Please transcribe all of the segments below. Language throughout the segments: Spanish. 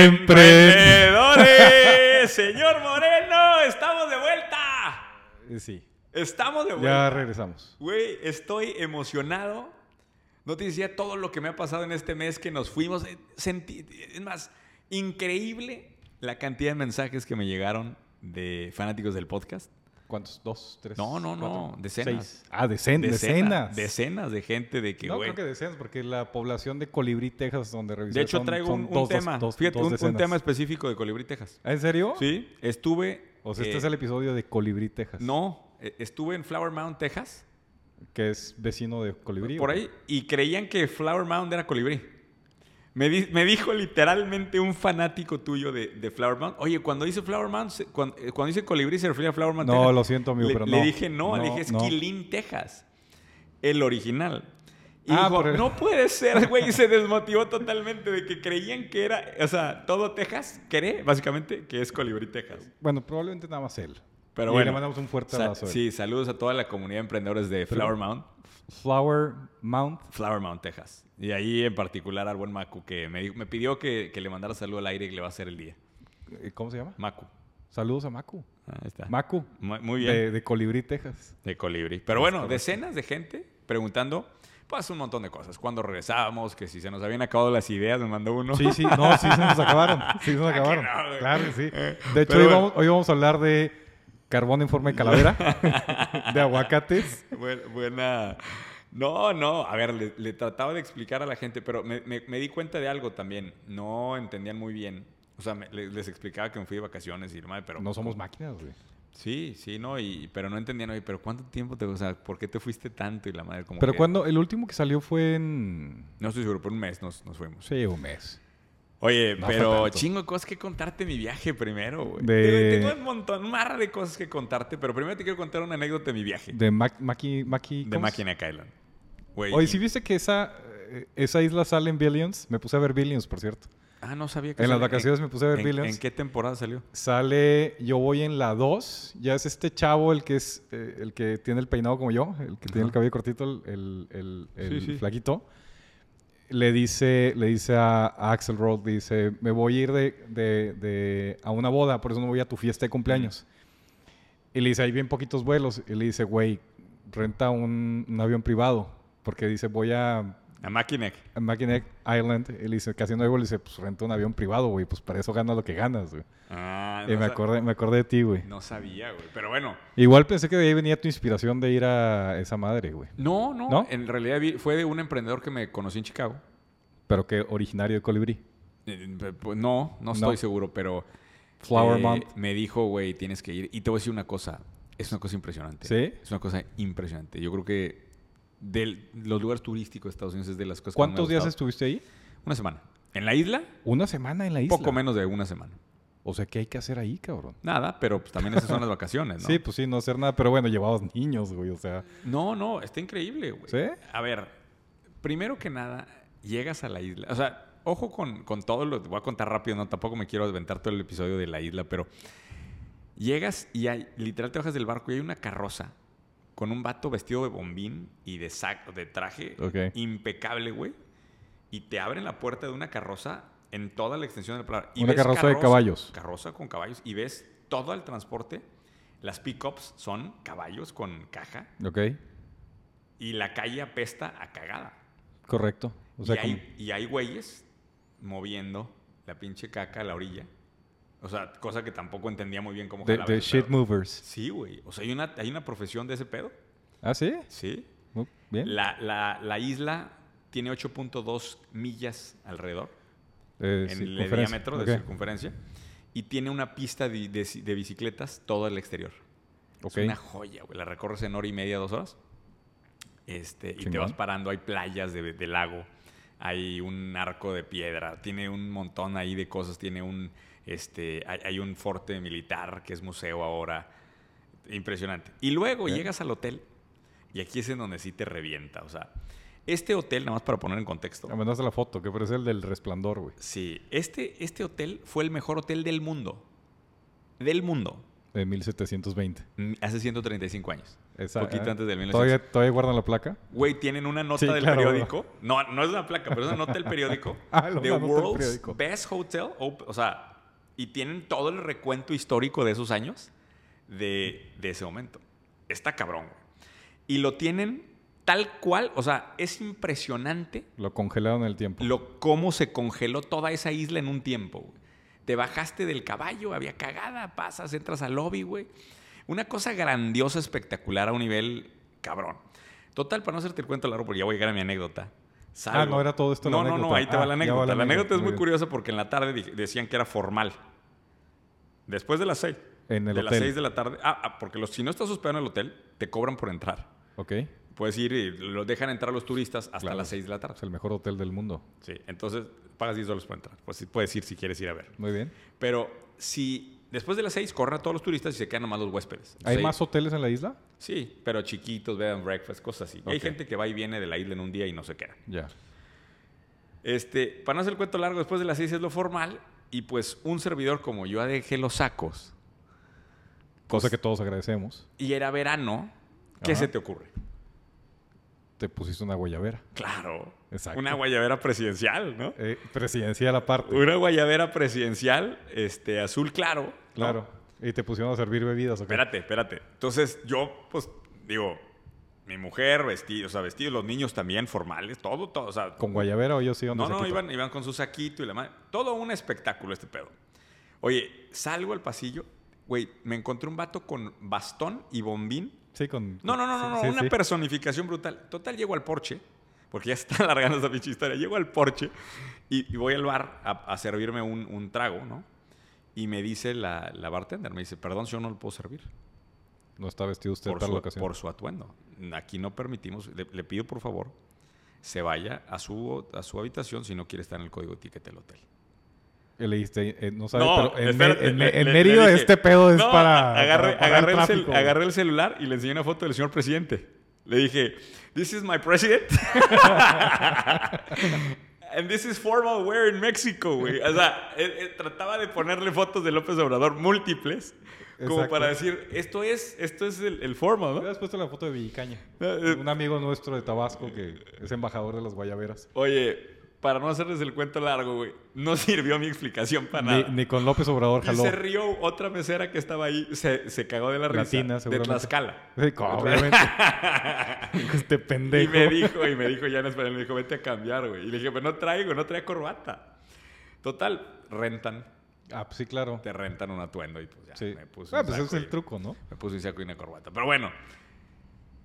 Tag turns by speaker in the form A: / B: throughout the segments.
A: siempre.
B: ¡Emprendedores! ¡Señor Moreno! ¡Estamos de vuelta!
A: Eh, Sí,
B: ¡Estamos de vuelta!
A: ya regresamos.
B: Güey, estoy emocionado. No te decía todo lo que me ha pasado en este mes que nos fuimos. Eh, sentí- es más, increíble la cantidad de mensajes que me llegaron de fanáticos del podcast.
A: ¿Cuántos? ¿Dos? ¿Tres?
B: No, no, no,
A: cuatro,
B: decenas.
A: seis? Ah, decen- decenas.
B: Decenas de gente de que,
A: no,
B: güey.
A: creo que decenas, porque la población de Colibrí, Texas, donde revisé,
B: de hecho,
A: son-
B: traigo
A: son
B: un, un
A: dos-
B: tema.
A: dos-
B: Fíjate,
A: dos
B: un- un,
A: decenas.
B: tema específico de Colibrí, Texas.
A: ¿En serio?
B: Sí, estuve.
A: O sea,
B: eh,
A: este es el episodio de Colibrí, Texas.
B: No, eh, estuve en Flower Mound, Texas,
A: Que es vecino de Colibrí.
B: por
A: ¿o qué?
B: ahí, y creían que Flower Mound era colibrí. Me, di- me dijo literalmente un fanático tuyo de, de Flower Mound. Oye, cuando dice Flower Mound, se- cuan- eh, cuando, dice colibrí, se refiere a Flower Mound.
A: No,
B: Texas.
A: lo siento, amigo,
B: le,
A: pero
B: Le
A: no.
B: dije no, le
A: No,
B: dije es
A: no.
B: Quilín, Texas, el original. Y
A: Ah,
B: dijo,
A: por el-
B: no puede ser, güey. Y se desmotivó totalmente de que creían que era, o sea, todo Texas cree, básicamente, que es colibrí, Texas.
A: Bueno, probablemente nada más él.
B: Pero
A: Y
B: bueno.
A: le mandamos un fuerte
B: Sa-
A: abrazo. a él.
B: Sí, saludos a toda la comunidad de emprendedores de Flower Mound.
A: Flower Mount.
B: Flower Mound, Texas. Y ahí en particular al buen Macu, que me, dijo- me pidió que, que le mandara saludo al aire y que le va a hacer el día.
A: eh, ¿Cómo se llama?
B: Macu.
A: Saludos a Macu.
B: Ahí está.
A: Macu.
B: Mu- Muy bien.
A: De,
B: De,
A: de Colibrí, Texas.
B: colibrí. Pero bueno, decenas de gente preguntando, pues un montón de cosas. Cuando regresábamos, que si se nos habían acabado las ideas, me mandó uno.
A: Sí, sí, no, sí se nos acabaron. Sí se nos acabaron.
B: no, Ah, güey? Eh,
A: claro que sí. De
B: pero
A: hecho, hoy
B: bueno.
A: vamos, hoy vamos a hablar de carbón en forma de calavera, de aguacates.
B: Buena, buena- No, no. A ver, le, le trataba de explicar a la gente, pero me, me- me di cuenta de algo también. No entendían muy bien. O sea, me- le- les, explicaba que me fui de vacaciones y demás, pero...
A: No somos máquinas, güey.
B: Sí, sí, no. Y, pero no entendían, oye, pero ¿cuánto tiempo te... O sea, ¿por qué te fuiste tanto? Y la madre como
A: Pero
B: que-
A: cuando el último que salió fue en.
B: No estoy seguro, por un mes nos, nos fuimos.
A: Sí, un mes.
B: Oye,
A: No fue
B: pero
A: tanto.
B: chingo de cosas que contarte mi viaje primero, güey.
A: De-
B: Tengo un montón, un mar de cosas que contarte, pero primero te quiero contar una anécdota de mi viaje.
A: De Mac- Maki. Maki
B: De
A: ¿cómo es?
B: Máquina Island. Güey,
A: Oye,
B: y-
A: ¿sí viste que esa, eh, esa isla sale en Billions? Me puse a ver Billions, por cierto.
B: Ah, no sabía que
A: En las
B: salía-
A: vacaciones me puse a ver
B: ¿En-
A: Billions.
B: ¿En qué temporada salió?
A: Sale, yo voy en la 2. Ya es este chavo el que es eh, el que tiene el peinado como yo, el que tiene el
B: Ajá.
A: cabello cortito, el, el- el- el
B: sí.
A: flaquito. Le dice, le dice a, a Axel Roth, dice, me voy a ir de, de- de- a una boda, por eso no voy a tu fiesta de cumpleaños. Y le dice, hay bien poquitos vuelos. Y le dice, güey, renta un, un avión privado. Porque dice, voy a
B: A Máquina.
A: a Mackinac Island. Y le dice, casi no hay vuelo. Y dice, pues renta un avión privado, güey. Pues para eso ganas lo que ganas, güey.
B: Ah,
A: Y Eh, me
B: sa-
A: acordé, me acordé de ti, güey.
B: No sabía, güey. Pero bueno.
A: Igual pensé que de ahí venía tu inspiración de ir a esa madre, güey.
B: No, no,
A: ¿No?
B: En realidad vi- fue de un emprendedor que me conocí en Chicago.
A: Pero que originario de Colibrí.
B: Eh, pe- pues, No, no estoy
A: No.
B: seguro, pero.
A: Flower
B: eh,
A: Month.
B: Me dijo, güey, tienes que ir. Y te voy a decir una cosa. Es una cosa impresionante.
A: ¿Sí?
B: Es una cosa impresionante. Yo creo que de los lugares turísticos de Estados Unidos es de las cosas que más me ha
A: ¿Cuántos días
B: gustado.
A: estuviste ahí?
B: Una semana. En la isla,
A: Una semana en la isla.
B: poco menos de una semana.
A: O sea, ¿qué hay que hacer ahí, cabrón?
B: Nada, pero pues, también esas son las vacaciones, ¿no?
A: Sí, pues sí, no hacer nada. Pero bueno, llevabas niños, güey. O sea,
B: No, no, está increíble, güey.
A: ¿Sí?
B: A ver, primero que nada, llegas a la isla. O sea, ojo con, con todo lo. Te voy a contar rápido, no tampoco me quiero adventar todo el episodio de la isla, pero llegas y hay, literal te bajas del barco y hay una carroza con un vato vestido de bombín y de saco, de traje
A: Ok.
B: impecable, güey. Y te abren la puerta de una carroza en toda la extensión de la palabra. Y
A: Una carroza de caballos.
B: Carroza con caballos. Y ves todo el transporte. Las pickups son caballos con caja.
A: ok.
B: Y la calle apesta a cagada.
A: Correcto. O sea,
B: y, hay, y hay güeyes moviendo la pinche caca a la orilla. O sea, cosa que tampoco entendía muy bien cómo
A: como de,
B: jalaba
A: de
B: ese
A: shit
B: pedo.
A: movers.
B: Sí, güey. O sea, hay una, hay una profesión de ese pedo.
A: ¿Ah, sí?
B: Sí.
A: Muy Bien.
B: La, la- la isla tiene 8.2 millas alrededor
A: Eh,
B: en
A: sí,
B: el
A: conferencia.
B: diámetro de
A: Ok.
B: circunferencia y tiene una pista de, de- de bicicletas todo el exterior.
A: Ok.
B: Es una joya, güey. La recorres en hora y media, dos horas. Este, y te
A: Chingón.
B: vas parando. Hay playas de, de lago. Hay un arco de piedra. Tiene un montón ahí de cosas. Tiene un. Este, hay, hay un forte militar que es museo ahora. Impresionante. Y luego
A: Ok.
B: llegas al hotel. Y aquí es en donde sí te revienta. O sea, este hotel, nada más para poner en contexto.
A: Ah, Me mandaste la foto, que parece el del resplandor, güey.
B: Sí, este, este hotel fue el mejor hotel del mundo. Del mundo.
A: De 1720.
B: Mm, Hace 135 años.
A: Esa-
B: poquito
A: eh.
B: antes del 1900.
A: ¿Todavía, ¿Todavía guardan la placa?
B: Güey, tienen una nota
A: Sí,
B: del
A: claro.
B: periódico. No, no es una placa, pero es una nota del periódico.
A: Ah, lo-
B: The
A: la nota del
B: World's
A: periódico.
B: Best Hotel. op- O sea, y tienen todo el recuento histórico de esos años de, de ese momento. Está cabrón, güey. Y lo tienen tal cual. O sea, es impresionante
A: Lo congelaron en el tiempo.
B: lo cómo se congeló toda esa isla en un tiempo. güey. Te bajaste del caballo, había cagada, pasas, entras al lobby, güey. Una cosa grandiosa, espectacular a un nivel cabrón. Total, para no hacerte el cuento largo, porque ya voy a llegar a mi anécdota. Salgo.
A: Ah, no, era todo esto la
B: No, no, no,
A: anécdota.
B: ahí te
A: Ah,
B: va la
A: ya
B: anécdota.
A: va la
B: la anécdota
A: anécdota,
B: es
A: muy
B: muy
A: bien.
B: curiosa porque en la tarde di- decían que era formal. Después de las seis.
A: En el
B: de las
A: hotel.
B: seis de la tarde. Ah, ah, porque los, si no estás hospedado en el hotel, te cobran por entrar.
A: Ok. Es
B: Puedes ir y los dejan entrar los turistas hasta
A: Claro.
B: las seis de la tarde.
A: el mejor hotel del mundo.
B: Sí, entonces pagas 10 dólares para entrar. Pues sí, puedes ir si quieres ir a ver.
A: Muy bien.
B: Pero si después de las 6 corren a todos los turistas y se quedan nomás los huéspedes.
A: ¿Hay
B: Sí,
A: más hoteles en la isla?
B: Sí, pero chiquitos, bed and breakfast, cosas así. Hay
A: Ok.
B: gente que va y viene de la isla en un día y no se queda.
A: Ya.
B: Este, para no hacer el cuento largo, después de las 6 es lo formal y pues un servidor como yo dejé los sacos
A: Cosa
B: Pues
A: que todos agradecemos.
B: y era verano, ¿qué
A: Ajá.
B: se te ocurre?
A: Te pusiste una guayabera.
B: Claro,
A: Exacto.
B: una guayabera presidencial, ¿no?
A: Eh, presidencial aparte.
B: Una guayabera presidencial, este, azul claro. ¿no?
A: Claro. Y te pusieron a servir bebidas. ¿ok?
B: Espérate, espérate. Entonces, yo, pues, digo, mi mujer, vestido, o sea, vestidos, los niños también formales, todo, todo. O sea,
A: ¿Con guayabera o ellos sí iban de
B: no, no,
A: saquito?
B: iban, iban con su saquito y la madre. Todo un espectáculo este pedo. Oye, salgo al pasillo, güey, me encontré un vato con bastón y bombín.
A: Sí, con...
B: No, no, no, no,
A: sí,
B: no,
A: sí,
B: una
A: sí.
B: personificación brutal. Total, llego al porche, porque ya se está alargando esa pinche historia. Llego al porche y, y voy al bar a, a servirme un, un trago, ¿no? Y me dice la, la bartender, me dice, perdón, yo no lo puedo servir
A: No está vestido usted
B: por
A: para
B: su,
A: la ocasión.
B: por su atuendo. Aquí no permitimos, le, le pido por favor, se vaya a su, a su habitación si no quiere estar en el código de etiqueta del hotel.
A: Y Le dijiste, eh, no sabes,
B: No,
A: pero en,
B: espérate,
A: me- en
B: le-
A: me- en
B: le-
A: medio
B: le
A: de
B: dije,
A: este pedo es
B: "No,
A: para.
B: Agarré,
A: para parar
B: agarré el cel-
A: tráfico, güey".
B: agarré el celular y le enseñé una foto del señor presidente. Le dije, This is my president. And this is formal wear in Mexico, güey. O sea, eh, eh, trataba de ponerle fotos de López Obrador múltiples. Como
A: Exacto.
B: para decir, esto es, esto es el, el formal,
A: Le
B: ¿no?
A: hubieras puesto la foto de Villicaña.
B: Eh, eh.
A: Un amigo nuestro de Tabasco que es embajador de las guayaberas.
B: Oye, para no hacerles el cuento largo, güey, no sirvió mi explicación para
A: Ni,
B: nada.
A: ni con López Obrador
B: y
A: jaló.
B: se rió otra mesera que estaba ahí, se, se cagó de la risa.
A: Latina,
B: de
A: seguramente.
B: Tlaxcala.
A: Sí, como, obviamente. este
B: Y
A: pendejo.
B: me dijo, y me dijo ya en español, me dijo, vete a cambiar, güey. Y le dije, pero no traigo, no traía corbata. Total, rentan,
A: Ah, pues sí, claro.
B: te rentan un atuendo y pues ya
A: Sí.
B: me puso
A: Ah,
B: un
A: pues ese
B: saco
A: es el
B: y-
A: truco, ¿no?
B: Me puso un saco y una corbata. Pero bueno,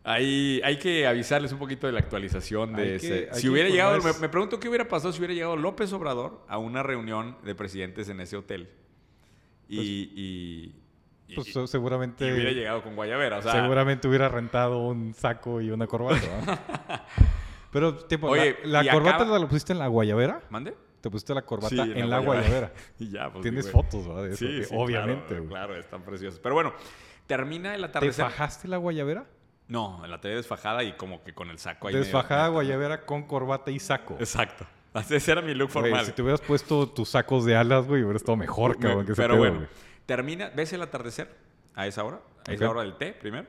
B: ahí hay que avisarles un poquito de la actualización de
A: Hay que-
B: ese.
A: hay
B: si
A: que
B: hubiera llegado, me,
A: informarles.
B: me pregunto qué hubiera pasado si hubiera llegado López Obrador a una reunión de presidentes en ese hotel. Y, y- y-
A: Pues
B: y-
A: eh, seguramente.
B: y hubiera llegado con Guayabera. O sea,
A: seguramente hubiera rentado un saco y una corbata. ¿verdad? Pero, tipo,
B: Oye,
A: la,
B: y
A: la corbata
B: acaba-
A: la pusiste en la guayabera.
B: ¿Mande?
A: Te pusiste la corbata
B: Sí,
A: en la guayabera.
B: Y ya, pues,
A: Tienes
B: güey.
A: fotos, ¿verdad? De eso, que obviamente,
B: Claro,
A: güey.
B: claro, están preciosos. Pero bueno, termina el
A: ¿Te
B: atardecer.
A: fajaste la guayabera?
B: No, en la tele desfajada y como que con el saco ahí. medio-
A: Desfajada guayabera con corbata y saco.
B: Exacto. Así- Ese era mi look
A: Güey,
B: formal.
A: si te hubieras puesto tus sacos de alas, güey, hubiera estado mejor,
B: Me-
A: cabrón. que ese
B: pero
A: pedo,
B: bueno,
A: güey.
B: termina, ves el atardecer a esa hora, a esa
A: Ok.
B: hora del té primero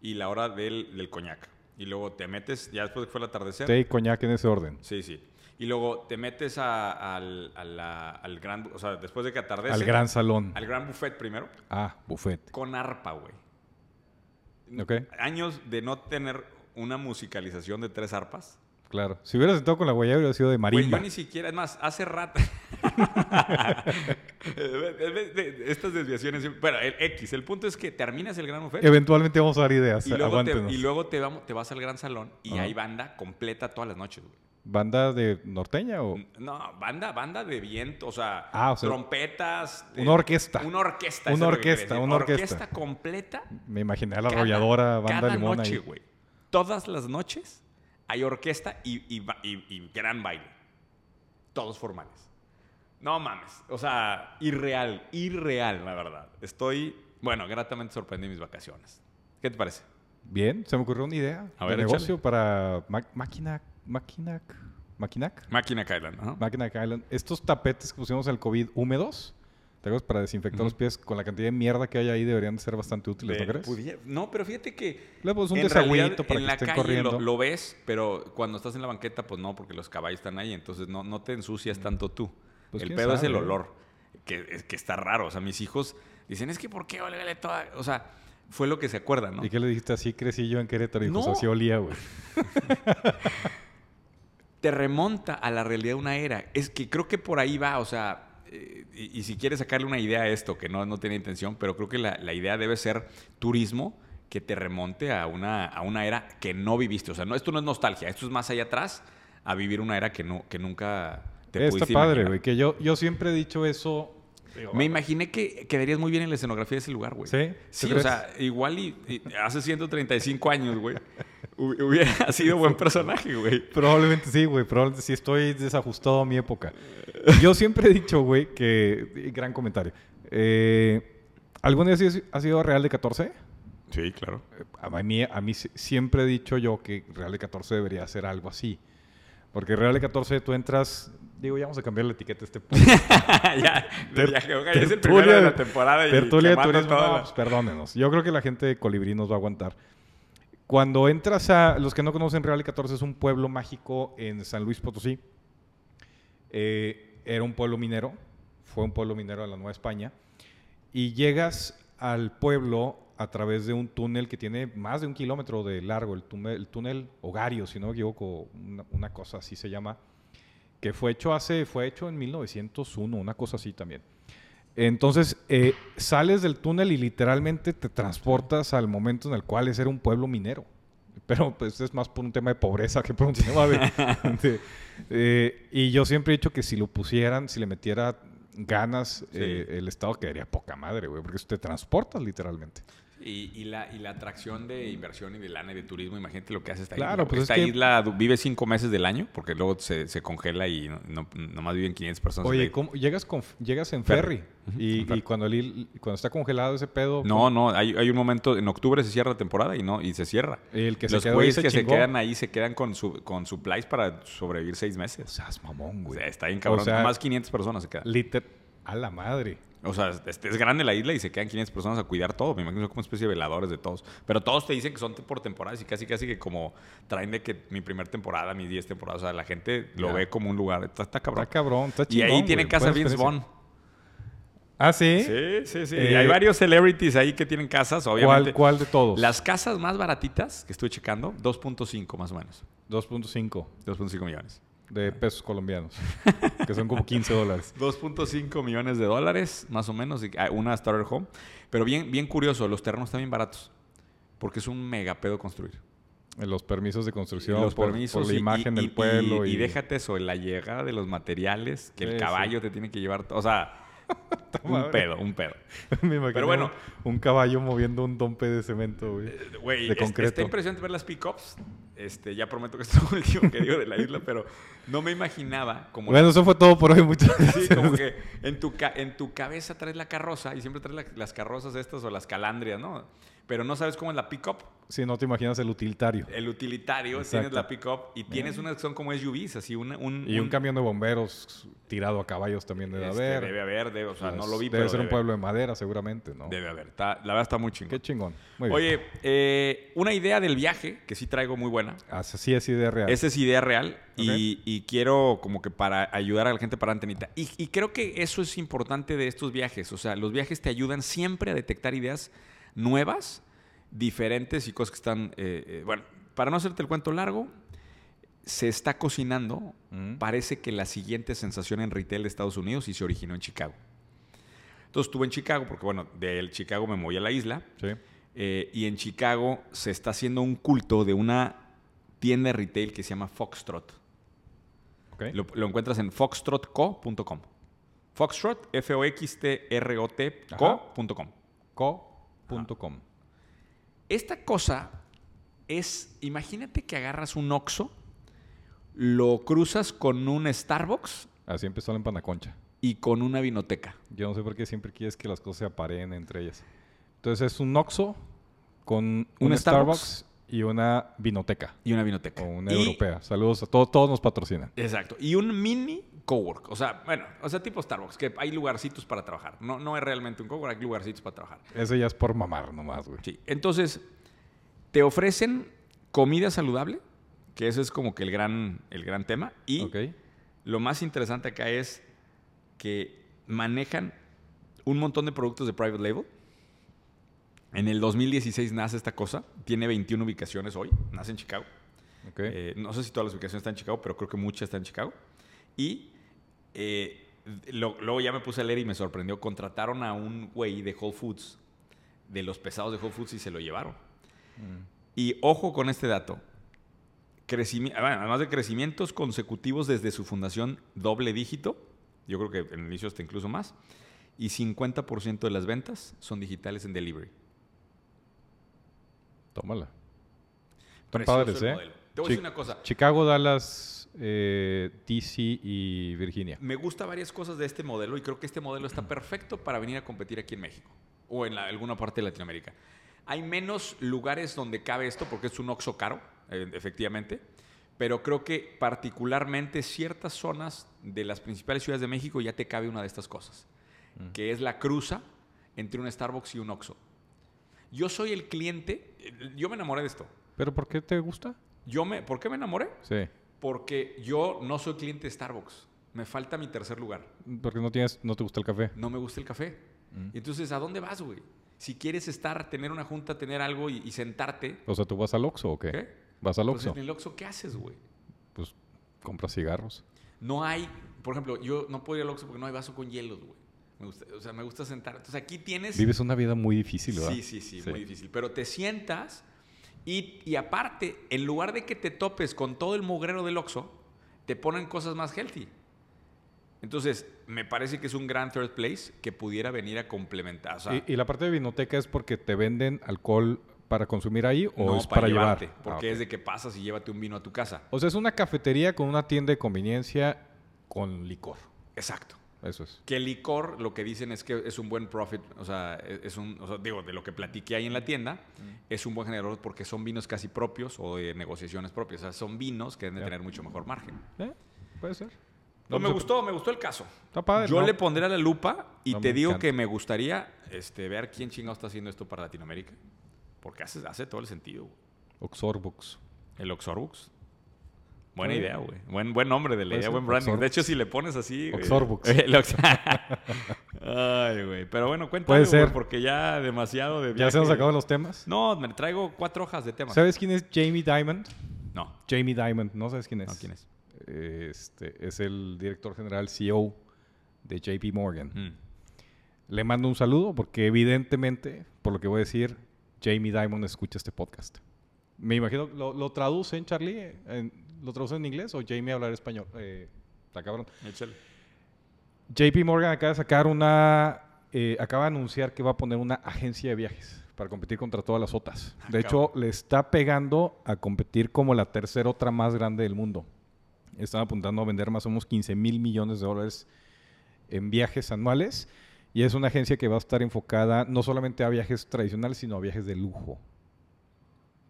B: y la hora del, del coñac. Y luego te metes, ya después de que fue el atardecer.
A: Té y coñac en ese orden.
B: Sí, sí. Y luego te metes a- al, a la- al gran, o sea, después de que atardece.
A: Al gran salón.
B: al gran buffet primero,
A: Ah, buffet.
B: con arpa, güey.
A: Ok,
B: Años de no tener una musicalización de tres arpas.
A: claro. Si hubieras sentado con la guayabera, hubiera sido de
B: Güey, yo
A: marimba.
B: ni siquiera, es más, hace rato. Eh, Estas desviaciones. siempre- Bueno, el X, el punto es que terminas el gran buffet.
A: Eventualmente vamos a dar ideas.
B: Y luego, te,
A: Aguántenos.
B: y luego te, vamos- te vas al gran salón y
A: Ajá.
B: hay banda completa todas las noches, güey.
A: ¿Banda de norteña o...?
B: No, banda, banda de viento, o sea,
A: Ah, o sea,
B: trompetas.
A: una orquesta.
B: Una orquesta.
A: Una
B: eso es lo que
A: orquesta,
B: quería decir.
A: una orquesta.
B: completa.
A: Me imaginé a la
B: cada-
A: arrolladora, banda
B: cada
A: limón
B: noche,
A: ahí.
B: güey. Todas las noches hay orquesta y, y ba- y- y gran baile. Todos formales. No mames. O sea, irreal, irreal, la verdad. Estoy, bueno, gratamente sorprendí mis vacaciones. ¿Qué te parece?
A: Bien, se me ocurrió una idea
B: A
A: de
B: ver,
A: negocio para ma- máquina... Máquina... Máquina...
B: Máquina Kylan, ¿no?
A: Máquina Island. Estos tapetes que pusimos en el COVID húmedos, Tragos para desinfectar los
B: Ujú.
A: pies con la cantidad de mierda que hay ahí deberían ser bastante útiles,
B: De-
A: ¿no crees?
B: pudie- No, pero fíjate que
A: Le pones pues, un
B: en realidad,
A: desagüito para
B: en
A: que
B: la
A: estén
B: calle
A: corriendo.
B: Lo, lo ves, pero cuando estás en la banqueta, pues no, porque los caballos están ahí, entonces no, no te ensucias tanto tú.
A: Mm. Pues,
B: el
A: ¿quién
B: pedo es el
A: sabe?
B: olor, que, es que está raro. O sea, mis hijos dicen, es que ¿por qué olele toda? O sea, fue lo que se acuerdan, ¿no?
A: ¿Y qué le dijiste? Así crecí yo en Querétaro y pues
B: No.
A: así olía, güey.
B: Te remonta a la realidad de una era. Es que creo que por ahí va, o sea, eh, y, y si quieres sacarle una idea a esto, que no, no tenía intención, pero creo que la, la idea debe ser turismo que te remonte a una, a una era que no viviste. O sea, no, esto no es nostalgia, esto es más allá atrás a vivir una era que, no, que nunca te
A: Está
B: pudiste
A: padre,
B: imaginar.
A: güey. Que yo, yo siempre he dicho eso.
B: Me imaginé que quedarías muy bien en la escenografía de ese lugar, güey.
A: ¿Sí? ¿Tú
B: Sí, o
A: crees?
B: sea, igual y, y hace 135 años, güey, hubi- hubiera sido buen personaje, güey.
A: Probablemente sí, güey. Probablemente sí estoy desajustado a mi época. Yo siempre he dicho, güey, que. y Gran comentario. Eh, ¿Algún día sí has sido Real de 14?
B: Sí, claro.
A: A mí, a mí si- siempre he dicho yo que Real de 14 debería ser algo así. Porque Real de 14 tú entras. Digo, ya vamos a cambiar la etiqueta a este podcast.
B: ya,
A: Ter-
B: ya, ya, es
A: tertulia
B: el primero de la
A: de-
B: temporada y
A: Tertulia
B: te
A: de
B: mata
A: turismo.
B: toda
A: no,
B: la-
A: pues, perdónenos. Yo creo que la gente de Colibrí nos va a aguantar. Cuando entras a. Los que no conocen Real de 14 es un pueblo mágico en San Luis Potosí. Eh, era un pueblo minero. Fue un pueblo minero de la Nueva España. Y llegas al pueblo a través de un túnel que tiene más de un kilómetro de largo, el túnel, el túnel Hogario, si no me equivoco, una, una cosa así se llama, que fue hecho hace, fue hecho en 1901, una cosa así también. Entonces, eh, sales del túnel y literalmente te transportas al momento en el cual ese era un pueblo minero. Pero pues es más por un tema de pobreza que por un tema de... de- eh, y yo siempre he dicho que si lo pusieran, si le metiera ganas, eh, el Estado quedaría poca madre, güey, porque eso te transportas literalmente.
B: Y, y la, y la atracción de inversión y de lana y de turismo, imagínate lo que hace esta
A: Claro,
B: isla. güey.
A: pues es
B: esta
A: que-
B: isla du- vive cinco meses del año porque luego se, se congela y no, no- nomás viven 500 personas. en la
A: Oye,
B: isla.
A: ¿cómo- llegas, con, llegas en
B: Ferry.
A: ferry,
B: Ujú,
A: y,
B: en ferry.
A: y cuando, el il- cuando está congelado ese pedo...
B: No, no, hay, hay un momento, en octubre se cierra la temporada y no y se cierra.
A: El que se
B: Los
A: quedó ahí
B: güeyes
A: se
B: que se
A: chingó.
B: quedan ahí se quedan con, su, con supplies para sobrevivir seis
A: O
B: meses.
A: sea, es mamón,
B: O
A: güey.
B: sea, está bien cabrón.
A: O sea,
B: Más 500 personas se quedan.
A: liter- a la madre.
B: O sea, es, es grande la isla y se quedan 500 personas a cuidar todo. Me imagino que son como especie de veladores de todos. Pero todos te dicen que son por temporadas y casi, casi que como traen de que mi primer temporada, mis 10 temporadas. O sea, la gente lo
A: Ya.
B: ve como un lugar. Está, está cabrón.
A: Está cabrón, está
B: y
A: chingón,
B: ahí tiene
A: güey.
B: casa
A: Buena
B: Vince
A: experiencia.
B: Vaughn.
A: Ah, sí.
B: Sí, sí, sí.
A: Eh,
B: hay varios celebrities ahí que tienen casas, obviamente.
A: ¿Cuál, ¿Cuál de todos?
B: Las casas más baratitas que estuve checando, 2.5 más o menos.
A: 2.5
B: 2.5 millones.
A: de
B: Ah.
A: pesos colombianos, que son como 15 dólares.
B: 2.5 millones de dólares, más o menos, y- ah, una starter home. Pero bien, bien curioso, los terrenos están bien baratos. Porque es un mega pedo construir.
A: En Los permisos de construcción,
B: Los
A: por,
B: permisos
A: por la
B: y-
A: imagen
B: y-
A: del
B: y-
A: pueblo.
B: Y, y déjate eso, la llegada de los materiales que el
A: Sí,
B: caballo te tiene que llevar. O sea, un
A: madre.
B: pedo, un pedo.
A: Me imagino
B: Pero bueno. Eh,
A: un caballo moviendo un dompe de cemento, güey.
B: Güey,
A: De
B: es-
A: concreto.
B: está impresionante ver las pickups. Este, ya prometo que es lo último que digo de la isla, pero no me imaginaba como
A: Bueno, eso fue todo por hoy. Muchas gracias.
B: Sí, como que en tu, ca- en tu cabeza traes la carroza y siempre traes la- las carrozas estas o las calandrias, ¿no? Pero no sabes cómo es la pickup.
A: Si no te imaginas el utilitario.
B: El utilitario, tienes
A: Exacto.
B: la pickup y tienes unas que son como SUVs, así una- un...
A: Y un camión de bomberos tirado a caballos también debe
B: este,
A: haber.
B: Debe haber, debe- o sea, no
A: Pues,
B: lo vi,
A: Debe
B: pero
A: ser un pueblo de madera, seguramente, ¿no?
B: Debe haber. Está- la verdad está muy
A: Qué
B: chingón.
A: chingón. Muy bien.
B: Oye, eh, una idea del viaje que sí traigo muy buena.
A: Así es idea real.
B: Esa es idea real y-
A: Ok.
B: y, quiero como que para ayudar a la gente para antenita. Y, y creo que eso es importante de estos viajes. O sea, los viajes te ayudan siempre a detectar ideas nuevas, diferentes y cosas que están... eh, eh, bueno, para no hacerte el cuento largo, se está cocinando.
A: Mm.
B: Parece que la siguiente sensación en retail de Estados Unidos y se originó en Chicago. Entonces estuve en Chicago, porque bueno, del Chicago me moví a la isla.
A: Sí.
B: Eh, y en Chicago se está haciendo un culto de una tienda de retail que se llama Foxtrot.
A: Ok.
B: Lo, lo encuentras en foxtrotco.com. Foxtrot, F-O-X-T-R-O-T, co.com.
A: Co.com.
B: Esta cosa es, imagínate que agarras un Oxxo, lo cruzas con un Starbucks
A: Así empezó la empanaconcha.
B: y con una vinoteca.
A: Yo no sé por qué siempre quieres que las cosas se apareen entre ellas. Entonces es un Oxxo con un,
B: Starbucks?
A: Starbucks? y una vinoteca.
B: Y una vinoteca.
A: O una
B: Y-
A: europea. Saludos a todos. Todos nos patrocinan.
B: Exacto. Y un mini cowork. O sea, bueno, o sea, tipo Starbucks, que hay lugarcitos para trabajar. No, no es realmente un cowork, hay lugarcitos para trabajar.
A: Eso ya es por mamar nomás, güey.
B: Sí. Entonces, te ofrecen comida saludable, que ese es como que el gran, el gran tema. Y
A: Ok.
B: lo más interesante acá es que manejan un montón de productos de private label. En el 2016 nace esta cosa. Tiene 21 ubicaciones hoy. Nace en Chicago.
A: Ok.
B: Eh, no sé si todas las ubicaciones están en Chicago, pero creo que muchas están en Chicago. Y eh, lo- luego ya me puse a leer y me sorprendió. Contrataron a un güey de Whole Foods, de los pesados de Whole Foods, y se lo llevaron.
A: Mm.
B: Y ojo con este dato. Crecimi- ah, bueno, además de crecimientos consecutivos desde su fundación doble dígito, yo creo que en el inicio hasta incluso más, y 50% de las ventas son digitales en delivery.
A: Tómala. Están
B: Precioso
A: padres,
B: el
A: ¿eh?
B: modelo. Te voy a decir
A: Chi-
B: una cosa.
A: Chicago, Dallas, eh, DC y Virginia.
B: Me gusta varias cosas de este modelo y creo que este modelo está perfecto para venir a competir aquí en México o en la- alguna parte de Latinoamérica. Hay menos lugares donde cabe esto porque es un oxo caro, eh, efectivamente, pero creo que particularmente ciertas zonas de las principales ciudades de México ya te cabe una de estas cosas, que es la cruza entre un Starbucks y un oxo. Yo soy el cliente, eh, yo me enamoré de esto.
A: ¿Pero por qué te gusta?
B: Yo me, ¿Por qué me enamoré?
A: Sí.
B: Porque yo no soy cliente de Starbucks. Me falta mi tercer lugar.
A: Porque no tienes, no te gusta el café.
B: no me gusta el café.
A: Mm.
B: Entonces, ¿a dónde vas, güey? Si quieres estar, tener una junta, tener algo y, y sentarte,
A: O sea, ¿tú vas al Oxxo o qué?
B: ¿Qué?
A: ¿Vas al
B: pues
A: Oxxo?
B: en
A: Pues,
B: el Oxxo, ¿qué haces, güey?
A: compras cigarros.
B: No hay, por ejemplo, yo no puedo ir al Oxxo porque no hay vaso con hielos, güey. Me gusta, o sea, me gusta sentar. Entonces, aquí tienes...
A: Vives una vida muy difícil, ¿verdad?
B: sí, sí, sí, muy difícil. Pero te sientas y, y aparte, en lugar de que te topes con todo el mugrero del Oxxo, te ponen cosas más healthy. Entonces, me parece que es un gran third place que pudiera venir a complementar. O sea,
A: y, y la parte de vinoteca es porque te venden alcohol para consumir ahí o
B: no
A: es para, llevar.
B: llevarte,
A: Ah,
B: porque
A: ok.
B: es de que pasas y llévate un vino a tu casa.
A: O sea, es una cafetería con una tienda de conveniencia con licor.
B: Exacto.
A: Eso es.
B: Que el licor, lo que dicen es que es un buen profit, o sea, es es un, o sea, digo, de lo que platiqué ahí en la tienda,
A: Mm.
B: es un buen generador porque son vinos casi propios o de negociaciones propias. O sea, son vinos que deben de
A: Ya.
B: tener mucho mejor margen.
A: ¿Eh? Puede ser. No,
B: No, me
A: pues,
B: gustó, me gustó el caso.
A: Está padre,
B: Yo
A: ¿no?
B: le pondré a la lupa y
A: No,
B: te
A: me
B: digo
A: encanta.
B: que me gustaría este, ver quién chingado está haciendo esto para Latinoamérica. Porque hace, hace todo el sentido. güey.
A: Oxorbox.
B: El Oxorbux. Buena
A: Oye.
B: idea, güey. Buen, buen nombre de la
A: Puede
B: idea,
A: ser
B: buen branding. De
A: Oxorbux.
B: hecho, si le pones así. güey,
A: Oxorbux.
B: el Ox- Ay, güey. Pero bueno, cuéntame,
A: Puede
B: güey,
A: ser.
B: porque ya demasiado de
A: ¿Ya
B: viaje.
A: se nos acaban los temas?
B: No, me traigo cuatro hojas de temas.
A: ¿Sabes quién es Jamie Diamond?
B: No,
A: Jamie Diamond, ¿no sabes quién es?
B: no, ¿quién es?
A: Este, es el director general CEO de JP Morgan.
B: Mm.
A: Le mando un saludo porque evidentemente, por lo que voy a decir, Jamie Diamond escucha este podcast. Me imagino, ¿lo, lo traducen, Charlie? eh, en- ¿Lo traducen en inglés o Jamie hablar español? Eh, está cabrón.
B: Échale.
A: JP Morgan acaba de sacar una. eh, acaba de anunciar que va a poner una agencia de viajes para competir contra todas las otras.
B: Ah,
A: De hecho, le está pegando a competir como la tercera otra más grande del mundo. Están apuntando a vender más o menos 15 mil millones de dólares en viajes anuales. Y es una agencia que va a estar enfocada no solamente a viajes tradicionales, sino a viajes de lujo.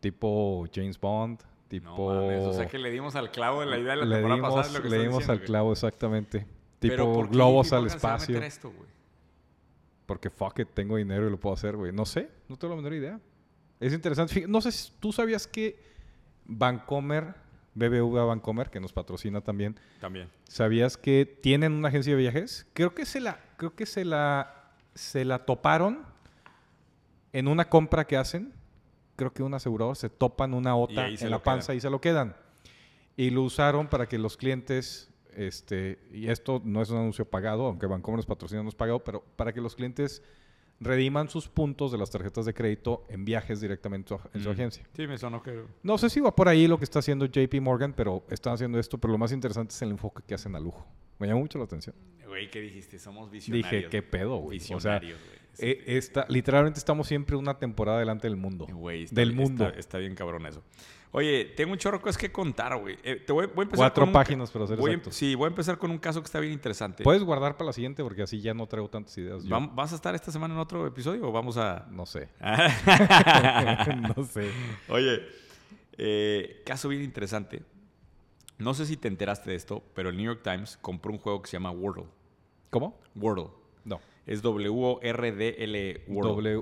A: Tipo James Bond, tipo.
B: No mames, o sea que le dimos al clavo de la idea de la
A: le
B: temporada
A: dimos,
B: pasada. es Lo que
A: le
B: estás
A: dimos
B: diciendo,
A: al
B: güey.
A: clavo, exactamente.
B: Pero
A: Tipo
B: ¿por qué
A: globos
B: JP
A: al
B: Morgan se va a
A: espacio.
B: meter a esto, güey?
A: Porque fuck it, tengo dinero y lo puedo hacer, güey. No sé, no tengo la menor idea. Es interesante. Fí- No sé si tú sabías que Vancomer, BBVA Vancomer, que nos patrocina también,
B: También.
A: ¿sabías que tienen una agencia de viajes? Creo que se la, creo que se la, se la toparon en una compra que hacen. Creo que un asegurador se topan una ota
B: ahí se
A: en
B: lo
A: la panza
B: quedan.
A: y se lo quedan. Y lo usaron para que los clientes, este, y esto no es un anuncio pagado, aunque Bancomer nos patrocina, no es pagado, pero para que los clientes rediman sus puntos de las tarjetas de crédito en viajes directamente en su, en su
B: Mm.
A: agencia.
B: Sí, me sonó que.
A: No sé si va por ahí lo que está haciendo JP Morgan, pero están haciendo esto, pero lo más interesante es el enfoque que hacen a lujo. Me llamó mucho la atención.
B: Güey, ¿qué dijiste? Somos visionarios.
A: Dije, qué pedo, güey. O sea,
B: Visionarios, güey.
A: eh, esta- literalmente estamos siempre una temporada delante del mundo.
B: Güey, está-
A: del
B: está-
A: mundo.
B: Está, bien cabrón eso. Oye, tengo un chorro de cosas que contar, güey. Eh, te voy, voy a empezar
A: Cuatro
B: con un ca-
A: páginas para ser
B: voy a-
A: exactos.
B: sí, voy a empezar con un caso que está bien interesante.
A: Puedes guardar para la siguiente porque así ya no traigo tantas ideas. yo.
B: ¿Vam- ¿Vas a estar esta semana en otro episodio o vamos a...?
A: No sé. no sé.
B: Oye, eh, caso bien interesante. No sé si te enteraste de esto, pero el New York Times compró un juego que se llama Wordle.
A: ¿Cómo?
B: Wordle.
A: No.
B: Es W-O-R-D-L-E. E. Wordle.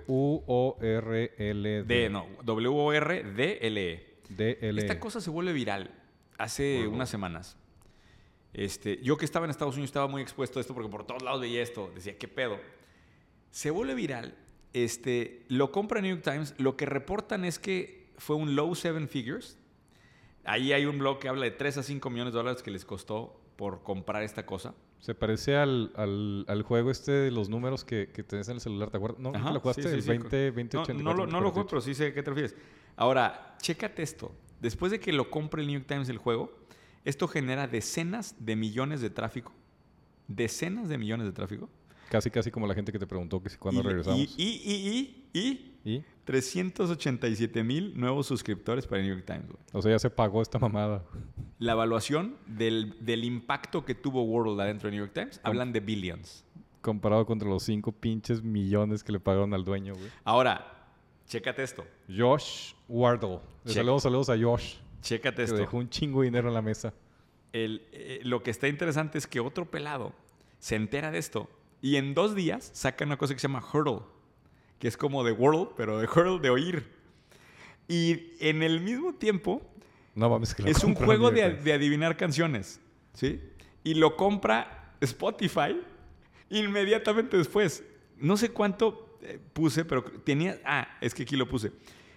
A: W-O-R-L-D.
B: D, no. W-O-R-D-L-E.
A: D-L.
B: Esta cosa se vuelve viral hace
A: Wordle.
B: unas semanas. Este, yo que estaba en Estados Unidos estaba muy expuesto a esto porque por todos lados veía esto. Decía, ¿qué pedo? Se vuelve viral. Este, lo compra New York Times. Lo que reportan es que fue un low seven figures. Ahí hay un blog que habla de 3 a 5 millones de dólares que les costó por comprar esta cosa.
A: Se parece al, al, al juego este de los números que, que tenés en el celular, ¿te acuerdas? No, ¿Nunca
B: Ajá,
A: lo jugaste
B: sí, sí,
A: el
B: sí.
A: 20, 20,
B: No,
A: 84,
B: no lo, no lo juego,
A: 48.
B: pero sí sé a qué te refieres. Ahora, chécate esto. Después de que lo compre el New York Times el juego, esto genera decenas de millones de tráfico. Decenas de millones de tráfico.
A: Casi, casi como la gente que te preguntó que si cuándo
B: Y-
A: regresamos.
B: Y, y, y, y, y
A: ¿Y?
B: 387 mil nuevos suscriptores para el New York Times. güey.
A: O sea, ya se pagó esta mamada.
B: La evaluación del, del impacto que tuvo World adentro del New York Times, hablan de billions.
A: Comparado contra los 5 pinches millones que le pagaron al dueño, güey.
B: Ahora, chécate esto.
A: Josh Wardle. Le
B: Check.
A: saludos, saludos a Josh.
B: Chécate
A: Que
B: esto.
A: dejó un chingo de dinero en la mesa.
B: El- eh, lo que está interesante es que otro pelado se entera de esto y en dos días saca una cosa que se llama hurdle, que es como de world, pero de hurdle de oír. Y en el mismo tiempo
A: No mames, que lo
B: es un
A: compró
B: juego
A: el New
B: de,
A: York Times.
B: de adivinar canciones, ¿sí? Y lo compra Spotify inmediatamente después. No sé cuánto eh, puse, pero tenía... Ah, es que aquí lo puse.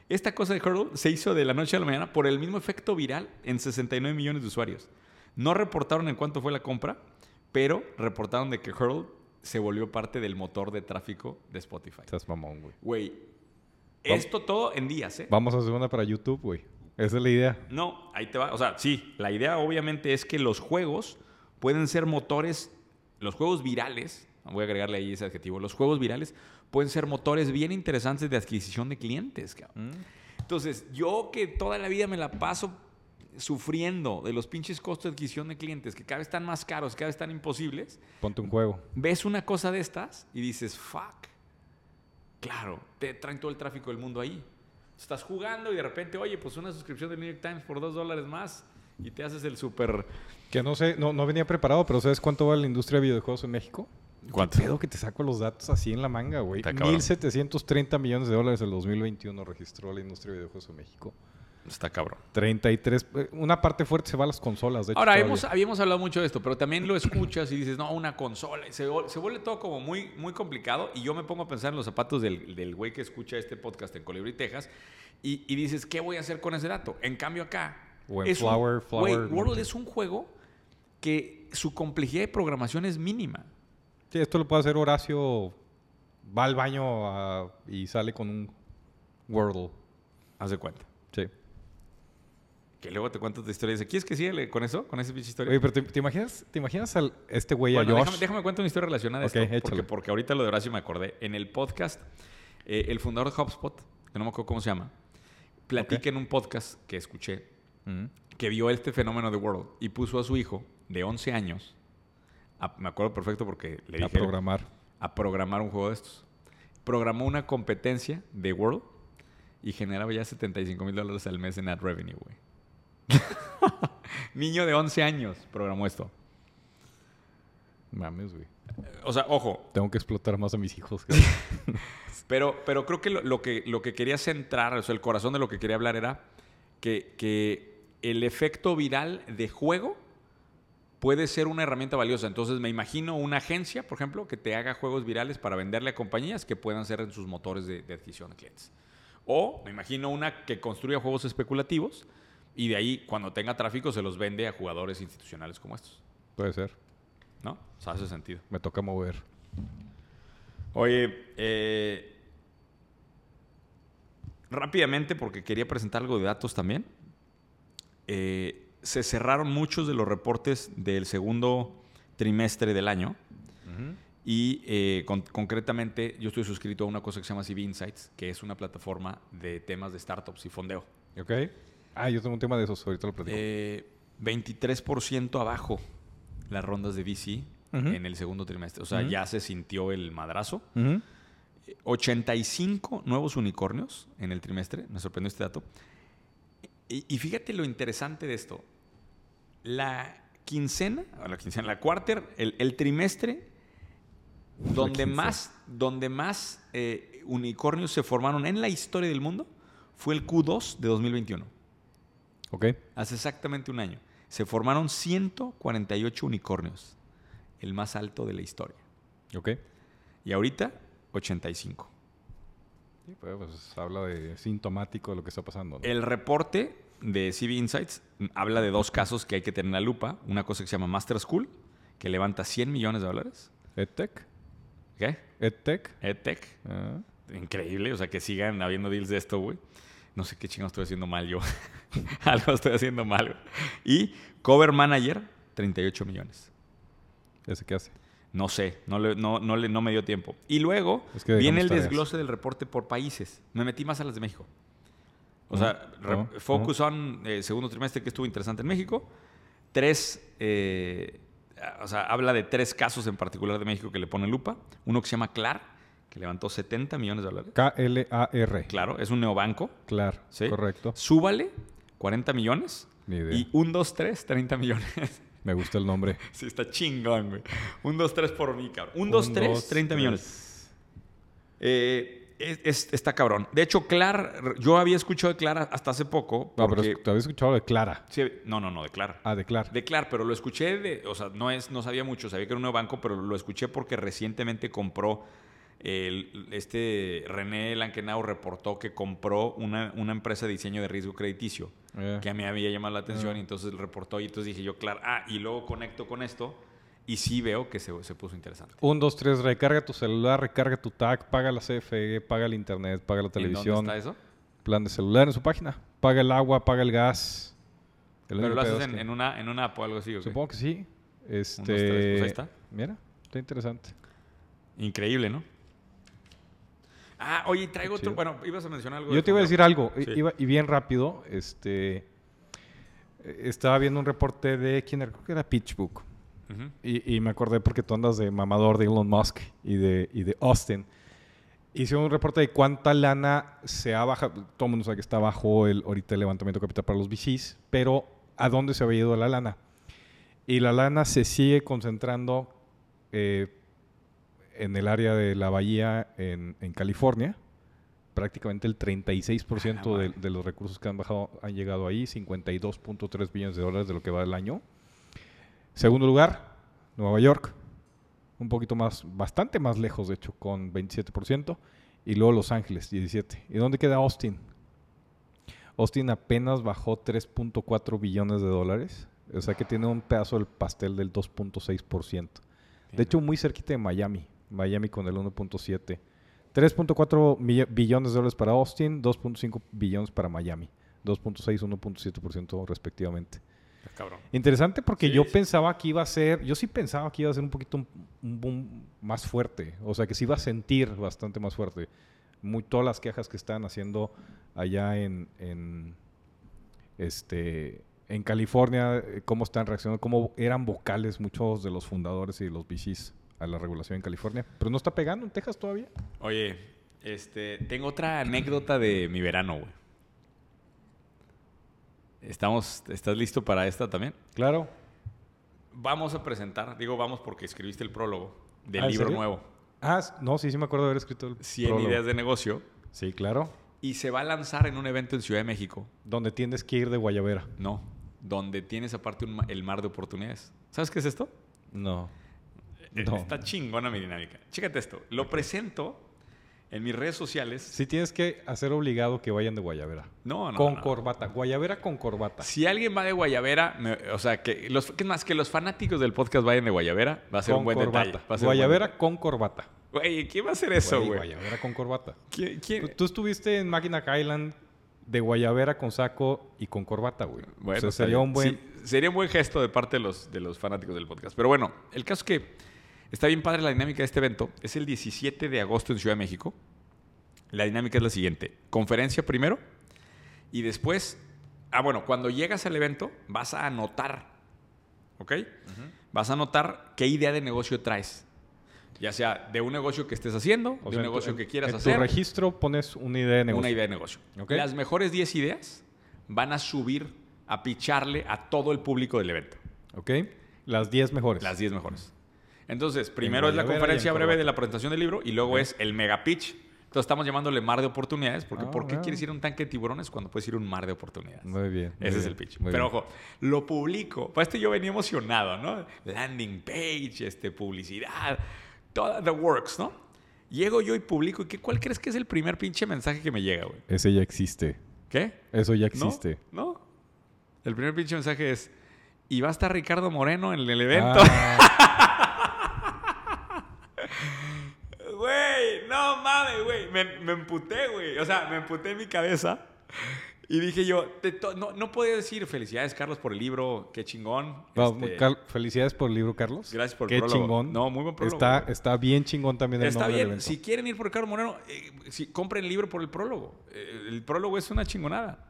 B: Esta cosa de Hurdle se hizo de la noche a la mañana por el mismo efecto viral en 69 millones de usuarios. No reportaron en cuánto fue la compra, pero reportaron de que Hurdle se volvió parte del motor de tráfico de Spotify.
A: Estás mamón, güey.
B: Güey, esto todo en días, ¿eh?
A: Vamos a hacer una para YouTube, güey. Esa es la idea.
B: No, ahí te va. O sea, sí, la idea obviamente es que los juegos pueden ser motores, los juegos virales, voy a agregarle ahí ese adjetivo, los juegos virales pueden ser motores bien interesantes de adquisición de clientes. cabrón. Entonces, yo que toda la vida me la paso sufriendo de los pinches costos de adquisición de clientes, que cada vez están más caros, cada vez están imposibles,
A: Ponte un juego.
B: ves una cosa de estas y dices, fuck. Claro, te traen todo el tráfico del mundo ahí. Estás jugando y de repente, oye, pues una suscripción del New York Times por dos dólares más y te haces el super...
A: Que no sé, no, no venía preparado, pero ¿sabes cuánto vale la industria de videojuegos en México?
B: ¿Cuánto?
A: ¿Qué pedo que te saco los datos así en la manga, güey?
B: Está cabrón.
A: 1.730 millones de dólares en 2021 registró la industria de videojuegos en México.
B: Está cabrón.
A: 33. eh, Una parte fuerte se va a las consolas, de hecho.
B: Ahora,
A: todavía.
B: hemos- habíamos hablado mucho de esto, pero también lo escuchas y dices, no, una consola. y Se, vol- se vuelve todo como muy, muy complicado y yo me pongo a pensar en los zapatos del del güey que escucha este podcast en Colibrí, Texas, y, y dices, ¿qué voy a hacer con ese dato? En cambio acá...
A: O en
B: es un-
A: Flower, Flower,
B: güey, World es un juego que su complejidad de programación es mínima.
A: Sí, esto lo puede hacer Horacio. Va al baño ah, y sale con un Wordle.
B: Haz de cuenta.
A: Sí.
B: Que luego te cuento tu historia. Dice, ¿quieres que siga le- con eso? ¿Con esa pinche historia?
A: Oye, pero ¿te, te imaginas, te imaginas al este güey
B: Bueno,
A: a Josh?
B: déjame, déjame cuento una historia relacionada a
A: Ok,
B: esto. Porque,
A: échale.
B: porque ahorita lo de Horacio me acordé. En el podcast, eh, el fundador de HubSpot, que no me acuerdo cómo se llama, platica
A: Ok.
B: en un podcast que escuché
A: Mm.
B: que vio este fenómeno de World y puso a su hijo de 11 años, a- me acuerdo perfecto porque le
A: A
B: dije
A: programar.
B: a programar un juego de estos. Programó una competencia de World y generaba ya 75 mil dólares al mes en ad revenue, güey. Niño de 11 años programó esto.
A: Mames, güey.
B: O sea, ojo,
A: Tengo que explotar más a mis hijos.
B: Pero, pero creo que lo, lo que lo que quería centrar, o sea, el corazón de lo que quería hablar era que, que el efecto viral de juego puede ser una herramienta valiosa. Entonces, me imagino una agencia, por ejemplo, que te haga juegos virales para venderle a compañías que puedan ser en sus motores de, de adquisición de clientes. O me imagino una que construya juegos especulativos y de ahí, cuando tenga tráfico, se los vende a jugadores institucionales como estos.
A: Puede ser.
B: ¿No? O sea, hace sentido.
A: Me toca mover.
B: Oye, eh, rápidamente, porque quería presentar algo de datos también. Eh, se cerraron muchos de los reportes del segundo trimestre del año. Y eh, con- concretamente, yo estoy suscrito a una cosa que se llama CV Insights, que es una plataforma de temas de startups y fondeo.
A: ¿Ok? Ah, yo tengo un tema de esos. Ahorita lo platico.
B: Eh, 23% abajo las rondas de VC
A: Ujú.
B: en el segundo trimestre. O sea,
A: Ujú.
B: ya se sintió el madrazo.
A: Ujú.
B: 85 nuevos unicornios en el trimestre. Me sorprendió este dato. Y, y fíjate lo interesante de esto. la quincena, o la quincena, la cuarter, el, el trimestre, donde
A: quincena.
B: más, donde más eh, unicornios se formaron en la historia del mundo, fue el Q2 de 2021.
A: Ok.
B: Hace exactamente un año. Se formaron 148 unicornios, el más alto de la historia.
A: Ok.
B: Y ahorita, 85.
A: Sí, pues, pues, habla de sintomático de lo que está pasando. ¿no?
B: El reporte de CB Insights habla de dos casos que hay que tener en la lupa. Una cosa que se llama Master School, que levanta 100 millones de dólares.
A: EdTech.
B: ¿Qué?
A: EdTech.
B: EdTech.
A: Ah.
B: Increíble, o sea, que sigan habiendo deals de esto, güey. No sé qué chingados estoy haciendo mal yo. Algo estoy haciendo mal. güey. Y Cover Manager, 38 millones.
A: ¿Ese qué hace?
B: No sé, no, le- no, no, le- no me dio tiempo. Y luego
A: Es que
B: viene
A: dejamos
B: el
A: tareas.
B: desglose del reporte por países. Me metí más a las de México. O
A: Ujú,
B: sea, re-
A: ujú,
B: focus on eh, segundo trimestre que estuvo interesante en México. Tres, eh, a- o sea, habla de tres casos en particular de México que le pone lupa. Uno que se llama CLAR, que levantó 70 millones de dólares.
A: K-L-A-R.
B: Claro, es un neobanco.
A: Claro.
B: ¿sí?
A: Correcto.
B: Súbale 40 millones.
A: Ni idea.
B: Y un, dos, tres, 30 millones.
A: Me gusta el nombre.
B: Sí, está chingón, güey. Un, dos, tres por mí, cabrón. Un, dos, tres, 30 millones. Eh, es- es- está cabrón. De heeo, Clar, yo había escuchado de Clar hasta hace poco.
A: No,
B: porque-
A: pero es- te había escuchado de Clara.
B: Sí, no, no, no, de Clar.
A: Ah, de Clara.
B: De Clar, pero lo escuché de. O sea, no, es, no sabía mucho, sabía que era un nuevo banco, pero lo escuché porque recientemente compró. el- este René Lankenau reportó que compró una, una empresa de diseño de riesgo crediticio
A: Eh.
B: que a mí me había llamado la atención
A: Ah.
B: y entonces reportó y entonces dije yo, claro, ah, y luego conecto con esto y sí veo que se, se puso interesante.
A: Un, dos, tres, recarga tu celular, recarga tu tag, paga la CFE, paga el internet, paga la
B: ¿En
A: televisión,
B: dónde está eso?
A: plan de celular en su página. Paga el agua, paga el gas. El
B: Pero
A: único
B: lo haces
A: pedo es
B: en,
A: que-
B: en una, en una app o algo así. ¿o qué?
A: Supongo que sí. Este,
B: Un, dos, tres, pues ahí está.
A: Mira, está interesante.
B: Increíble, ¿no? Ah, oye, traigo
A: Qué
B: otro. Bueno, ibas a mencionar algo. de
A: Yo te iba a
B: Fondeo.
A: decir algo, i-
B: Sí.
A: iba- y bien rápido, este, eh, estaba viendo un reporte de quién era, creo que era PitchBook,
B: Ujú.
A: y, y me acordé porque tú andas de mamador de Elon Musk y de, y de Austin. Hicieron un reporte de cuánta lana se ha bajado, todo el mundo sabe que está bajo el, ahorita el levantamiento de capital para los VCs, pero ¿a dónde se había ido la lana? Y la lana se sigue concentrando eh, en el área de la bahía en, en California. Prácticamente el 36%
B: Ah,
A: de,
B: madre.
A: de los recursos que han bajado han llegado ahí, 52.3 billones de dólares de lo que va del año. Segundo lugar, Nueva York, un poquito más, bastante más lejos, de hecho, con 27%. Y luego Los Ángeles, 17%. ¿Y dónde queda Austin? Austin apenas bajó 3.4 billones de dólares. O sea que tiene un pedazo del pastel del 2.6%. De hecho, muy cerquita de Miami. Miami con el 1.7. 3.4 millo- billones de dólares para Austin, 2.5 billones para Miami. 2.6, 1.7% respectivamente.
B: Está Ah, Cabrón.
A: Interesante porque
B: Sí,
A: yo
B: sí.
A: pensaba que iba a ser, yo sí pensaba que iba a ser un poquito un, un boom más fuerte, o sea que se iba a sentir bastante más fuerte. Muy, todas las quejas que estaban haciendo allá en, en, este, en California, eh, cómo están reaccionando, cómo eran vocales muchos de los fundadores y de los VCs a la regulación en California. Pero no está pegando en Texas todavía.
B: Oye, este, tengo otra anécdota de mi verano, güey. Estamos, ¿Estás listo para esta también?
A: Claro.
B: Vamos a presentar, digo vamos porque escribiste el prólogo del
A: Ah, ¿en
B: libro
A: serio?
B: nuevo,
A: Ah, s- no, sí, sí me acuerdo de haber escrito el
B: 100
A: prólogo.
B: ideas de negocio,
A: Sí, claro.
B: y se va a lanzar en un evento en Ciudad de México,
A: Donde tienes que ir de Guayabera.
B: no, donde tienes aparte un ma- el mar de oportunidades. ¿Sabes qué es esto?
A: No.
B: Eh,
A: No.
B: Está chingona mi dinámica. Chécate esto, lo presento en mis redes sociales.
A: Sí tienes que hacer obligado que vayan de guayabera.
B: No, no.
A: con
B: no.
A: corbata. Guayabera con corbata.
B: Si alguien va de Guayavera, me- o sea, que los, que más que los fanáticos del podcast vayan de Guayavera, va a ser
A: con
B: un buen
A: corbata.
B: detalle. Va a ser un buen
A: guayabera
B: detalle.
A: con corbata.
B: Güey, ¿quién va a hacer eso,
A: Güey,
B: güey?
A: Guayabera con corbata.
B: ¿Quién-
A: Tú,
B: quién?
A: tú estuviste en Magna Island de guayabera con saco y con corbata, güey.
B: Bueno,
A: o sea,
B: está
A: sería
B: bien.
A: un buen...
B: Sí, sería un buen gesto de parte de los, de los fanáticos del podcast. Pero bueno, el caso es que está bien padre la dinámica de este evento. Es el 17 de agosto en Ciudad de México. La dinámica es la siguiente. Conferencia primero y después... Ah, bueno, cuando llegas al evento vas a anotar, ¿ok? Vas a anotar qué idea de negocio traes. Ya sea de un negocio que estés haciendo,
A: O sea,
B: de un
A: en tu-
B: negocio
A: en-
B: que quieras
A: en
B: hacer
A: tu registro pones una idea de negocio.
B: una idea de negocio.
A: Ok.
B: Las mejores 10 ideas van a subir a picharle a todo el público del evento.
A: ¿Ok? Las 10 mejores.
B: Las 10 mejores. Entonces, primero es la
A: guayabera y
B: conferencia
A: en
B: breve de
A: corbata.
B: la presentación del libro y luego es el mega pitch. Entonces estamos llamándole mar de oportunidades porque
A: Ah,
B: ¿por qué
A: bueno.
B: quieres ir a un tanque de tiburones cuando puedes ir a un mar de oportunidades?
A: Muy bien, muy
B: Ese es
A: bien,
B: el pitch.
A: muy
B: Pero
A: bien.
B: ojo, lo publico. Para este yo venía emocionado, ¿no? Landing page, este, publicidad, toda the works, ¿no? Llego yo y publico. ¿Y qué, cuál crees que es el primer pinche mensaje que me llega, güey?
A: Ese ya existe.
B: ¿Qué?
A: Eso ya
B: ¿No?
A: existe.
B: ¿No? El primer pinche mensaje es, y va a estar Ricardo Moreno en el evento.
A: Ah,
B: Güey, no mames, güey. Me, me emputé, güey. O sea, me emputé en mi cabeza. Y dije yo, te to- no, no podía decir felicidades, Carlos, por el libro. Qué chingón.
A: no,
B: Este,
A: muy Car- felicidades por el libro, Carlos.
B: Gracias por el
A: Qué
B: prólogo.
A: chingón.
B: No, muy buen prólogo,
A: Está,
B: güey.
A: está bien chingón también el
B: Está
A: nombre del
B: bien,
A: evento.
B: si quieren ir por Ricardo Moreno, eh, si compren el libro por el prólogo. Eh, el prólogo es una chingonada.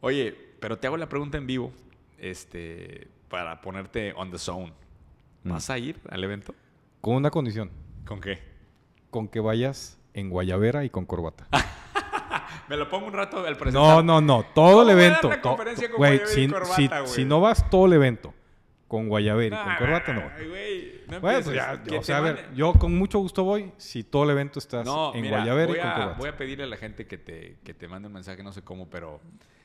B: Oye, pero te hago la pregunta en vivo, este, para ponerte on the zone.
A: Mm.
B: ¿Vas a ir al evento?
A: Con una condición.
B: ¿Con qué?
A: Con que vayas en guayabera y con corbata.
B: Ah, Me lo pongo un rato al presentar.
A: No, no, no.
B: ¿Cómo
A: Todo el
B: voy a dar
A: evento.
B: la
A: to-
B: conferencia con
A: Güey,
B: guayabera y
A: si,
B: corbata,
A: si-
B: güey?
A: si no vas todo el evento con guayabera y con
B: Nah,
A: corbata, no.
B: Ah, ay, güey, no
A: Bueno,
B: empieces.
A: pues ya,
B: Que
A: o sea,
B: te
A: a ver,
B: manden-
A: yo con mucho gusto voy si todo el evento estás
B: No,
A: en
B: mira,
A: guayabera
B: voy,
A: y con
B: a,
A: corbata.
B: voy a pedirle a la gente que te, que te mande un mensaje, no sé cómo, pero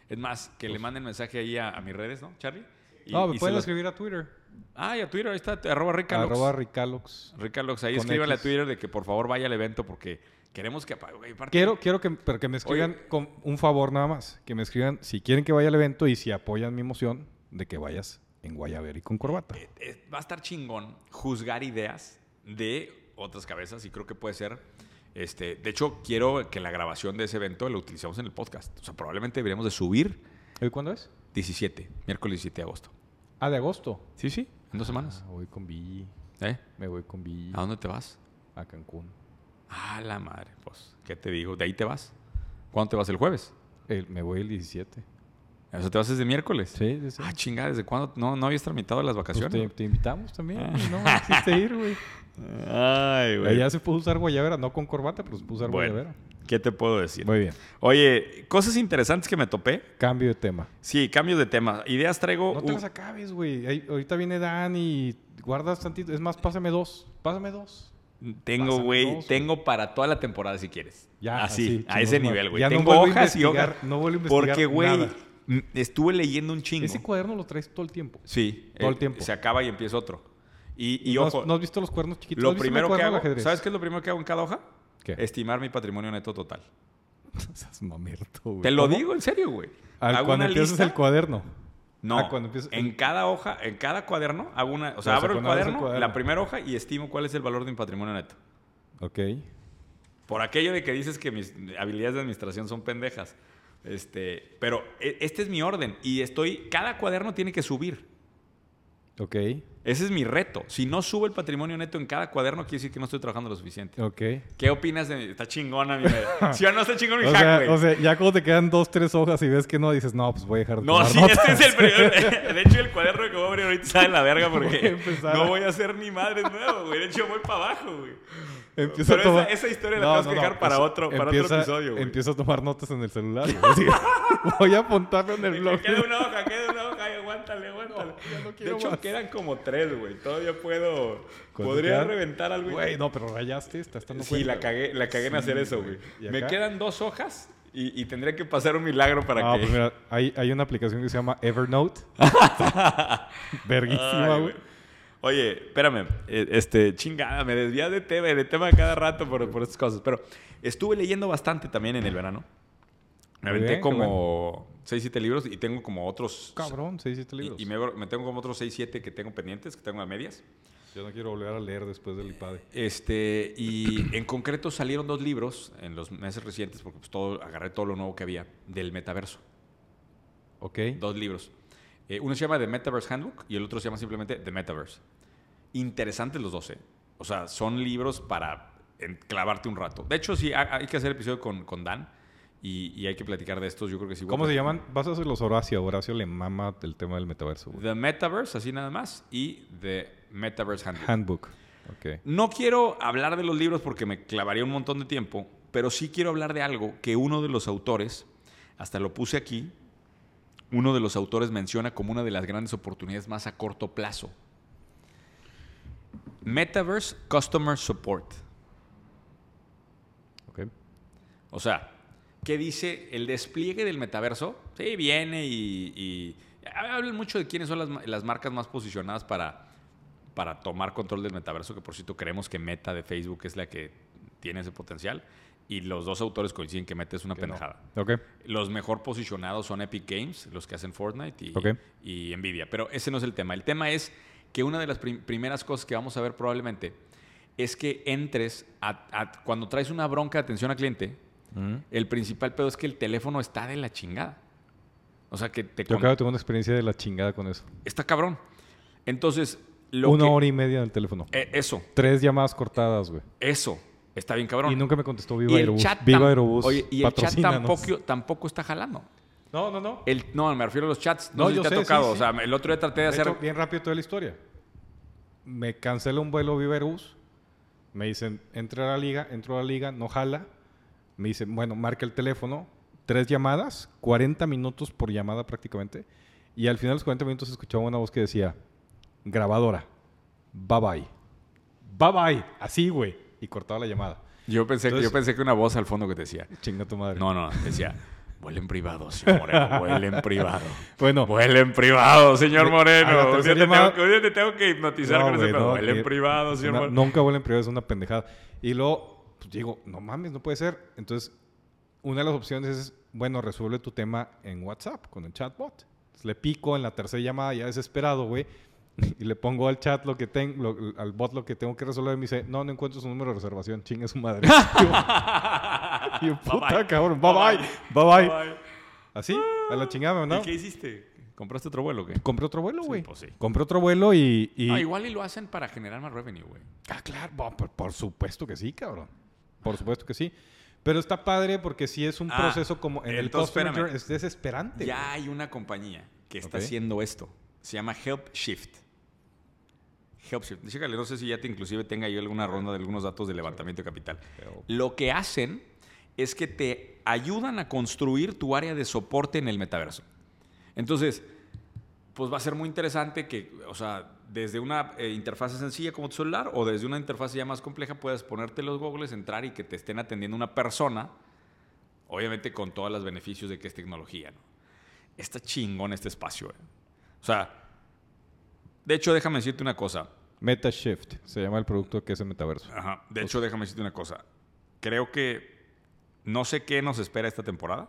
B: es más, que le manden mensaje ahí a, a mis redes, ¿no, Charlie? Y-
A: no,
B: y
A: me
B: se
A: pueden
B: los-
A: escribir a Twitter.
B: Ah, y a Twitter, ahí está, te- arroba Ricalox.
A: Arroba Ricalox.
B: Ricalox, ahí
A: con
B: escríbanle a
A: X.
B: Twitter de que por favor vaya al evento porque queremos que... güey, aparte-
A: Quiero, quiero que, pero que me escriban
B: Oye.
A: con un favor nada más. Que me escriban si quieren que vaya al evento y si apoyan mi moción de que vayas en guayabera y con corbata.
B: eh, eh, va a estar chingón juzgar ideas de otras cabezas y creo que puede ser. Este, de hecho, quiero que la grabación de ese evento la utilicemos en el podcast. O sea, probablemente deberíamos de subir
A: ¿Hoy cuándo es?
B: 17, miércoles 17 de agosto.
A: Ah, de agosto.
B: Sí, sí, en dos semanas.
A: Ah, voy con Billy.
B: ¿Eh?
A: Me voy con Billy
B: ¿A dónde te vas?
A: a Cancún.
B: A la madre, pues, ¿qué te digo? De ahí te vas. ¿Cuándo te vas el jueves?
A: El- me voy el 17.
B: Eso te vas desde miércoles.
A: Sí, sí, sí.
B: Ah, chingada, ¿desde cuándo? No, no habías tramitado las
A: Pues
B: vacaciones.
A: te, te invitamos también.
B: Ah.
A: güey, No, existe ir, güey.
B: Ay,
A: Allá se pudo usar guayabera, no con corbata, pero se pudo usar
B: Bueno,
A: guayabera.
B: ¿qué te puedo decir?
A: Muy bien.
B: Oye, cosas interesantes que me topé.
A: Cambio de tema.
B: Sí, cambio de tema. Ideas traigo.
A: No te
B: uh,
A: las acabes, güey. Ahí- Ahorita viene Dan y guardas tantito. Es más, pásame dos. Pásame dos.
B: tengo,
A: pásame
B: güey,
A: dos,
B: tengo para toda la temporada si quieres.
A: Ya,
B: así,
A: así,
B: a ese
A: chingón,
B: nivel, güey.
A: ya no
B: Tengo
A: vuelvo a
B: hojas y hojas.
A: investigar, no vuelvo a investigar
B: Porque, güey,
A: nada.
B: m- estuve leyendo un chingo.
A: Ese cuaderno lo traes todo el tiempo.
B: Sí, eh,
A: Todo el tiempo.
B: Se acaba y empieza otro. Y, y
A: ¿No has-
B: ojo,
A: ¿No, has, visto los cuernos chiquitos? ¿No
B: lo
A: has visto mi
B: primero que
A: cuaderno
B: hago,
A: de ajedrez?
B: ¿sabes qué Este, es lo primero que hago en cada hoja?
A: ¿Qué?
B: Estimar mi patrimonio neto total.
A: Estás mamerto, güey.
B: Te lo
A: ¿Cómo?
B: digo en serio, güey.
A: Al-
B: Hago
A: cuando
B: una
A: empiezas
B: lista.
A: el cuaderno.
B: No,
A: Ah, cuando empiezas-
B: en cada hoja, en cada cuaderno hago una, o sea,
A: sea,
B: abro el
A: cuando abres el
B: cuaderno,
A: cuaderno.
B: la primera hoja y estimo cuál es el valor de mi patrimonio neto.
A: Ok.
B: Por aquello de que dices que mis habilidades de administración son pendejas. Este, pero e- este es mi orden y estoy cada cuaderno tiene que subir.
A: Ok.
B: Ese es mi reto. Si no subo el patrimonio neto en cada cuaderno, quiere decir que no estoy trabajando lo suficiente.
A: Ok.
B: ¿Qué opinas de mi? Está chingona mi. Si o no está chingón mi
A: O
B: hack,
A: sea,
B: güey.
A: o sea, ya cuando te quedan dos, tres hojas y ves que no, dices, no, pues voy a dejar de
B: no,
A: tomar
B: sí,
A: notas".
B: este es el primer. De hecho, el cuaderno que voy a abrir ahorita está en la verga
A: Voy a
B: porque
A: empezar
B: no
A: a-
B: voy a hacer ni madres nuevo, güey. De hecho, voy para abajo, güey.
A: Empieza
B: Pero
A: a
B: esa-
A: tomar-
B: esa historia la tenemos que dejar para otro- para otro episodio, güey.
A: Empieza a tomar notas en el celular. güey. Así, voy a apuntarlo en el blog.
B: Que Queda una hoja, queda una hoja, ay, aguántale, aguántale. de
A: quiero
B: hecho,
A: más.
B: quedan como tres, güey. Todavía puedo.
A: ¿Cuánto
B: Podría
A: quedan?
B: reventar algo.
A: Güey, no, pero rayaste esta. esta no
B: sí,
A: cuenta,
B: la cagué, la cagué en
A: Sí,
B: hacer eso,
A: güey.
B: güey.
A: ¿Y
B: Me
A: acá?
B: quedan dos hojas y, y tendría que pasar un milagro para
A: Ah,
B: que.
A: pues mira, hay, hay una aplicación que se llama Evernote. Verguísima,
B: Ay,
A: güey.
B: güey. Oye, espérame, eh, este, chingada, me desvía de tema, de tema cada rato por, por estas cosas, pero estuve leyendo bastante también en el verano.
A: Muy
B: Me aventé
A: bien, qué
B: como 6, 7 libros y tengo como otros...
A: Cabrón, seis, siete libros.
B: Y, y me, me tengo como otros 6, 7 que tengo pendientes, que tengo a medias.
A: Yo no quiero volver a leer después del iPad.
B: Este, y en concreto salieron dos libros en los meses recientes, porque pues todo, agarré todo lo nuevo que había del metaverso.
A: Ok.
B: Dos libros. Eh, uno se llama The Metaverse Handbook y el otro se llama simplemente The Metaverse. Interesantes los dos, ¿eh? O sea, son libros para en- clavarte un rato. De hecho, sí, ha- hay que hacer episodio con, con Dan y, y hay que platicar de estos. Yo creo que sí. voy a
A: ¿Cómo se
B: platicar.
A: llaman? Vas a hacer los Horacio. Horacio le mama el tema del metaverso, güey.
B: The Metaverse, así nada más, y The Metaverse Handbook.
A: Handbook. Ok.
B: No quiero hablar de los libros porque me clavaría un montón de tiempo, pero sí quiero hablar de algo que uno de los autores, hasta lo puse aquí, uno de los autores menciona como una de las grandes oportunidades más a corto plazo. Metaverse Customer Support.
A: Ok.
B: O sea, ¿qué dice el despliegue del metaverso? Sí, viene y, y hablan mucho de quiénes son las, ma- las marcas más posicionadas para, para tomar control del metaverso, que por cierto creemos que Meta de Facebook es la que tiene ese potencial. Y los dos autores coinciden que Meta es una
A: Que no.
B: pendejada.
A: Ok.
B: Los mejor posicionados son Epic Games, los que hacen Fortnite y,
A: Ok.
B: y Nvidia. Pero ese no es el tema. El tema es que una de las prim- primeras cosas que vamos a ver probablemente es que entres, a- a- cuando traes una bronca de atención al cliente, el principal pedo es que el teléfono está de la chingada. O sea, que te...
A: Yo
B: con-
A: acabo de tener una experiencia de la chingada con eso.
B: Está cabrón. Entonces, lo
A: una
B: que-
A: hora y media en el teléfono.
B: eh, eso,
A: Tres llamadas cortadas, güey.
B: eso. Está bien cabrón.
A: Y nunca me contestó
B: Y
A: Viva
B: el
A: Aerobús.
B: chat tam-
A: Viva Aerobús.
B: Oye, y el chat
A: patrocínanos.
B: tampoco, tampoco está jalando.
A: No, no, no.
B: El, no, me refiero a los chats. No,
A: No,
B: sé si
A: yo
B: te
A: sé,
B: ha
A: sí,
B: tocado.
A: sí.
B: O sea, el otro día traté de,
A: De
B: hacer.
A: hecho, bien rápido toda la historia. Me cancela un vuelo Viva Aerobús. Me dicen, entra a la liga, entro a la liga, no jala. Me dicen, bueno, marca el teléfono. Tres llamadas, 40 minutos por llamada prácticamente. Y al final de los 40 minutos escuchaba una voz que decía, grabadora, bye bye. Bye bye. Así, güey. Y cortaba la llamada.
B: Yo pensé, que- yo
A: Entonces-
B: pensé que una voz al fondo que te decía.
A: Chinga tu madre.
B: No, no, decía. Vuela en privado, señor Moreno. Vuela en privado.
A: Bueno,
B: Vuela en privado, señor
A: A la
B: Moreno. Un día,
A: tercera
B: te tengo,
A: llamada-
B: que- un día te tengo que hipnotizar
A: No,
B: con ese
A: güey,
B: pedo.
A: no,
B: Vuela en
A: que-
B: privado, señor
A: una-
B: Moreno.
A: Nunca vuela en privado, es una pendejada. Y luego, pues, digo, no mames, no puede ser. Entonces, una de las opciones es, bueno, resuelve tu tema en WhatsApp con el chatbot. Entonces, le pico en la tercera llamada, ya desesperado, güey. Y le pongo al chat lo que tengo, al bot lo que tengo que resolver. Y me dice, no, no encuentro su número de reservación, chingue su madre. Y yo, y yo,
B: Bye,
A: puta
B: bye.
A: cabrón, bye bye, bye bye. Así, a la chingada, me
B: ¿Y
A: mandaron.
B: qué hiciste? ¿Compraste otro vuelo o qué?
A: Compré otro vuelo,
B: Sí,
A: güey.
B: pues, sí.
A: Compré otro vuelo y. y-
B: No, igual y lo hacen para generar más revenue, güey.
A: Ah, claro, bo- por, por supuesto que sí, cabrón. Por supuesto que sí. Pero está padre porque sí es un
B: Ah,
A: proceso como en el
B: entonces,
A: customer
B: espérame.
A: journey, es desesperante.
B: Ya hay una compañía que está
A: Ok.
B: haciendo esto. Se llama HelpShift. HelpShift. Chécale, no sé si ya te inclusive tenga yo alguna ronda de algunos datos de levantamiento de capital.
A: Help.
B: Lo que hacen es que te ayudan a construir tu área de soporte en el metaverso. Entonces, pues va a ser muy interesante que, o sea, desde una eh, interfaz sencilla como tu celular o desde una interfaz ya más compleja puedas ponerte los goggles, entrar y que te estén atendiendo una persona, obviamente con todos los beneficios de que es tecnología, ¿no? Está chingón este espacio, eh. O sea, de hecho, déjame decirte una cosa.
A: MetaShift se llama el producto que es el metaverso.
B: Ajá. De hecho, déjame decirte una cosa. Creo que no sé qué nos espera esta temporada,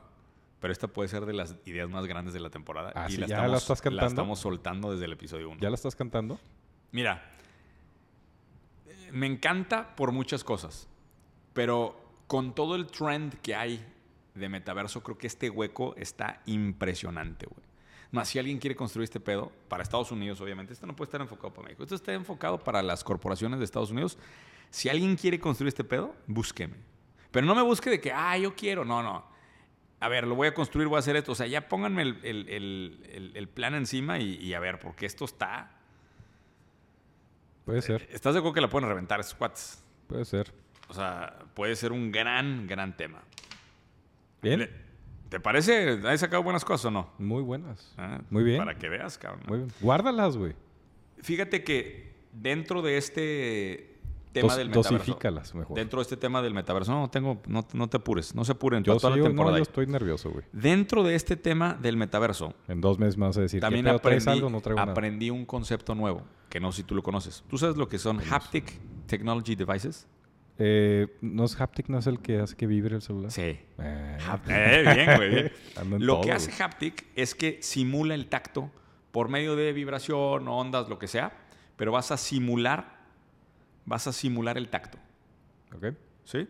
B: pero esta puede ser de las ideas más grandes de la temporada.
A: Ah,
B: y
A: sí,
B: la,
A: ya la
B: estamos,
A: estás cantando.
B: estamos soltando desde el episodio 1.
A: ¿Ya la estás cantando?
B: Mira, eh, me encanta por muchas cosas, pero con todo el trend que hay de metaverso, creo que este hueco está impresionante, güey. Más si alguien quiere construir este pedo, para Estados Unidos, obviamente, esto no puede estar enfocado para México, esto está enfocado para las corporaciones de Estados Unidos. Si alguien quiere construir este pedo, búsqueme. Pero no me busque de que, ah, yo quiero, no, no. A ver, lo voy a construir, voy a hacer esto. O sea, ya pónganme el, el- el- el- el plan encima y, y a ver, porque esto está
A: Puede ser,
B: ¿Estás de acuerdo que la pueden reventar esos cuates?
A: puede ser.
B: O sea, puede ser un gran, gran tema.
A: Bien,
B: Le- ¿Te parece? ¿Has sacado buenas cosas o no?
A: muy buenas.
B: Ah,
A: Muy bien.
B: Para que veas, cabrón.
A: Muy bien. Guárdalas, güey.
B: Fíjate que dentro de este tema
A: Dos-
B: del metaverso.
A: Dosifícalas mejor.
B: Dentro de este tema del metaverso. No, tengo, no, no te apures. No se apuren.
A: Yo,
B: Yo toda
A: sí, yo-
B: la
A: no,
B: temporada.
A: yo
B: hay.
A: estoy nervioso, güey.
B: Dentro de este tema del metaverso,
A: En dos meses me vas a decir,
B: también
A: ¿qué pedo, traes
B: aprendí,
A: algo? No traigo nada.
B: aprendí un concepto nuevo, que no sé si tú lo conoces. ¿Tú sabes lo que son haptic technology devices?
A: Eh, ¿No es Haptic, no es el que hace que vibre el celular?
B: Sí.
A: Eh,
B: Haptic. Eh, bien, güey. bien.
A: Ando en
B: Lo
A: todo,
B: que hace
A: güey.
B: Haptic es que simula el tacto por medio de vibración, ondas, lo que sea, pero vas a simular, vas a simular el tacto. Eh,
A: Ok.
B: ¿Sí?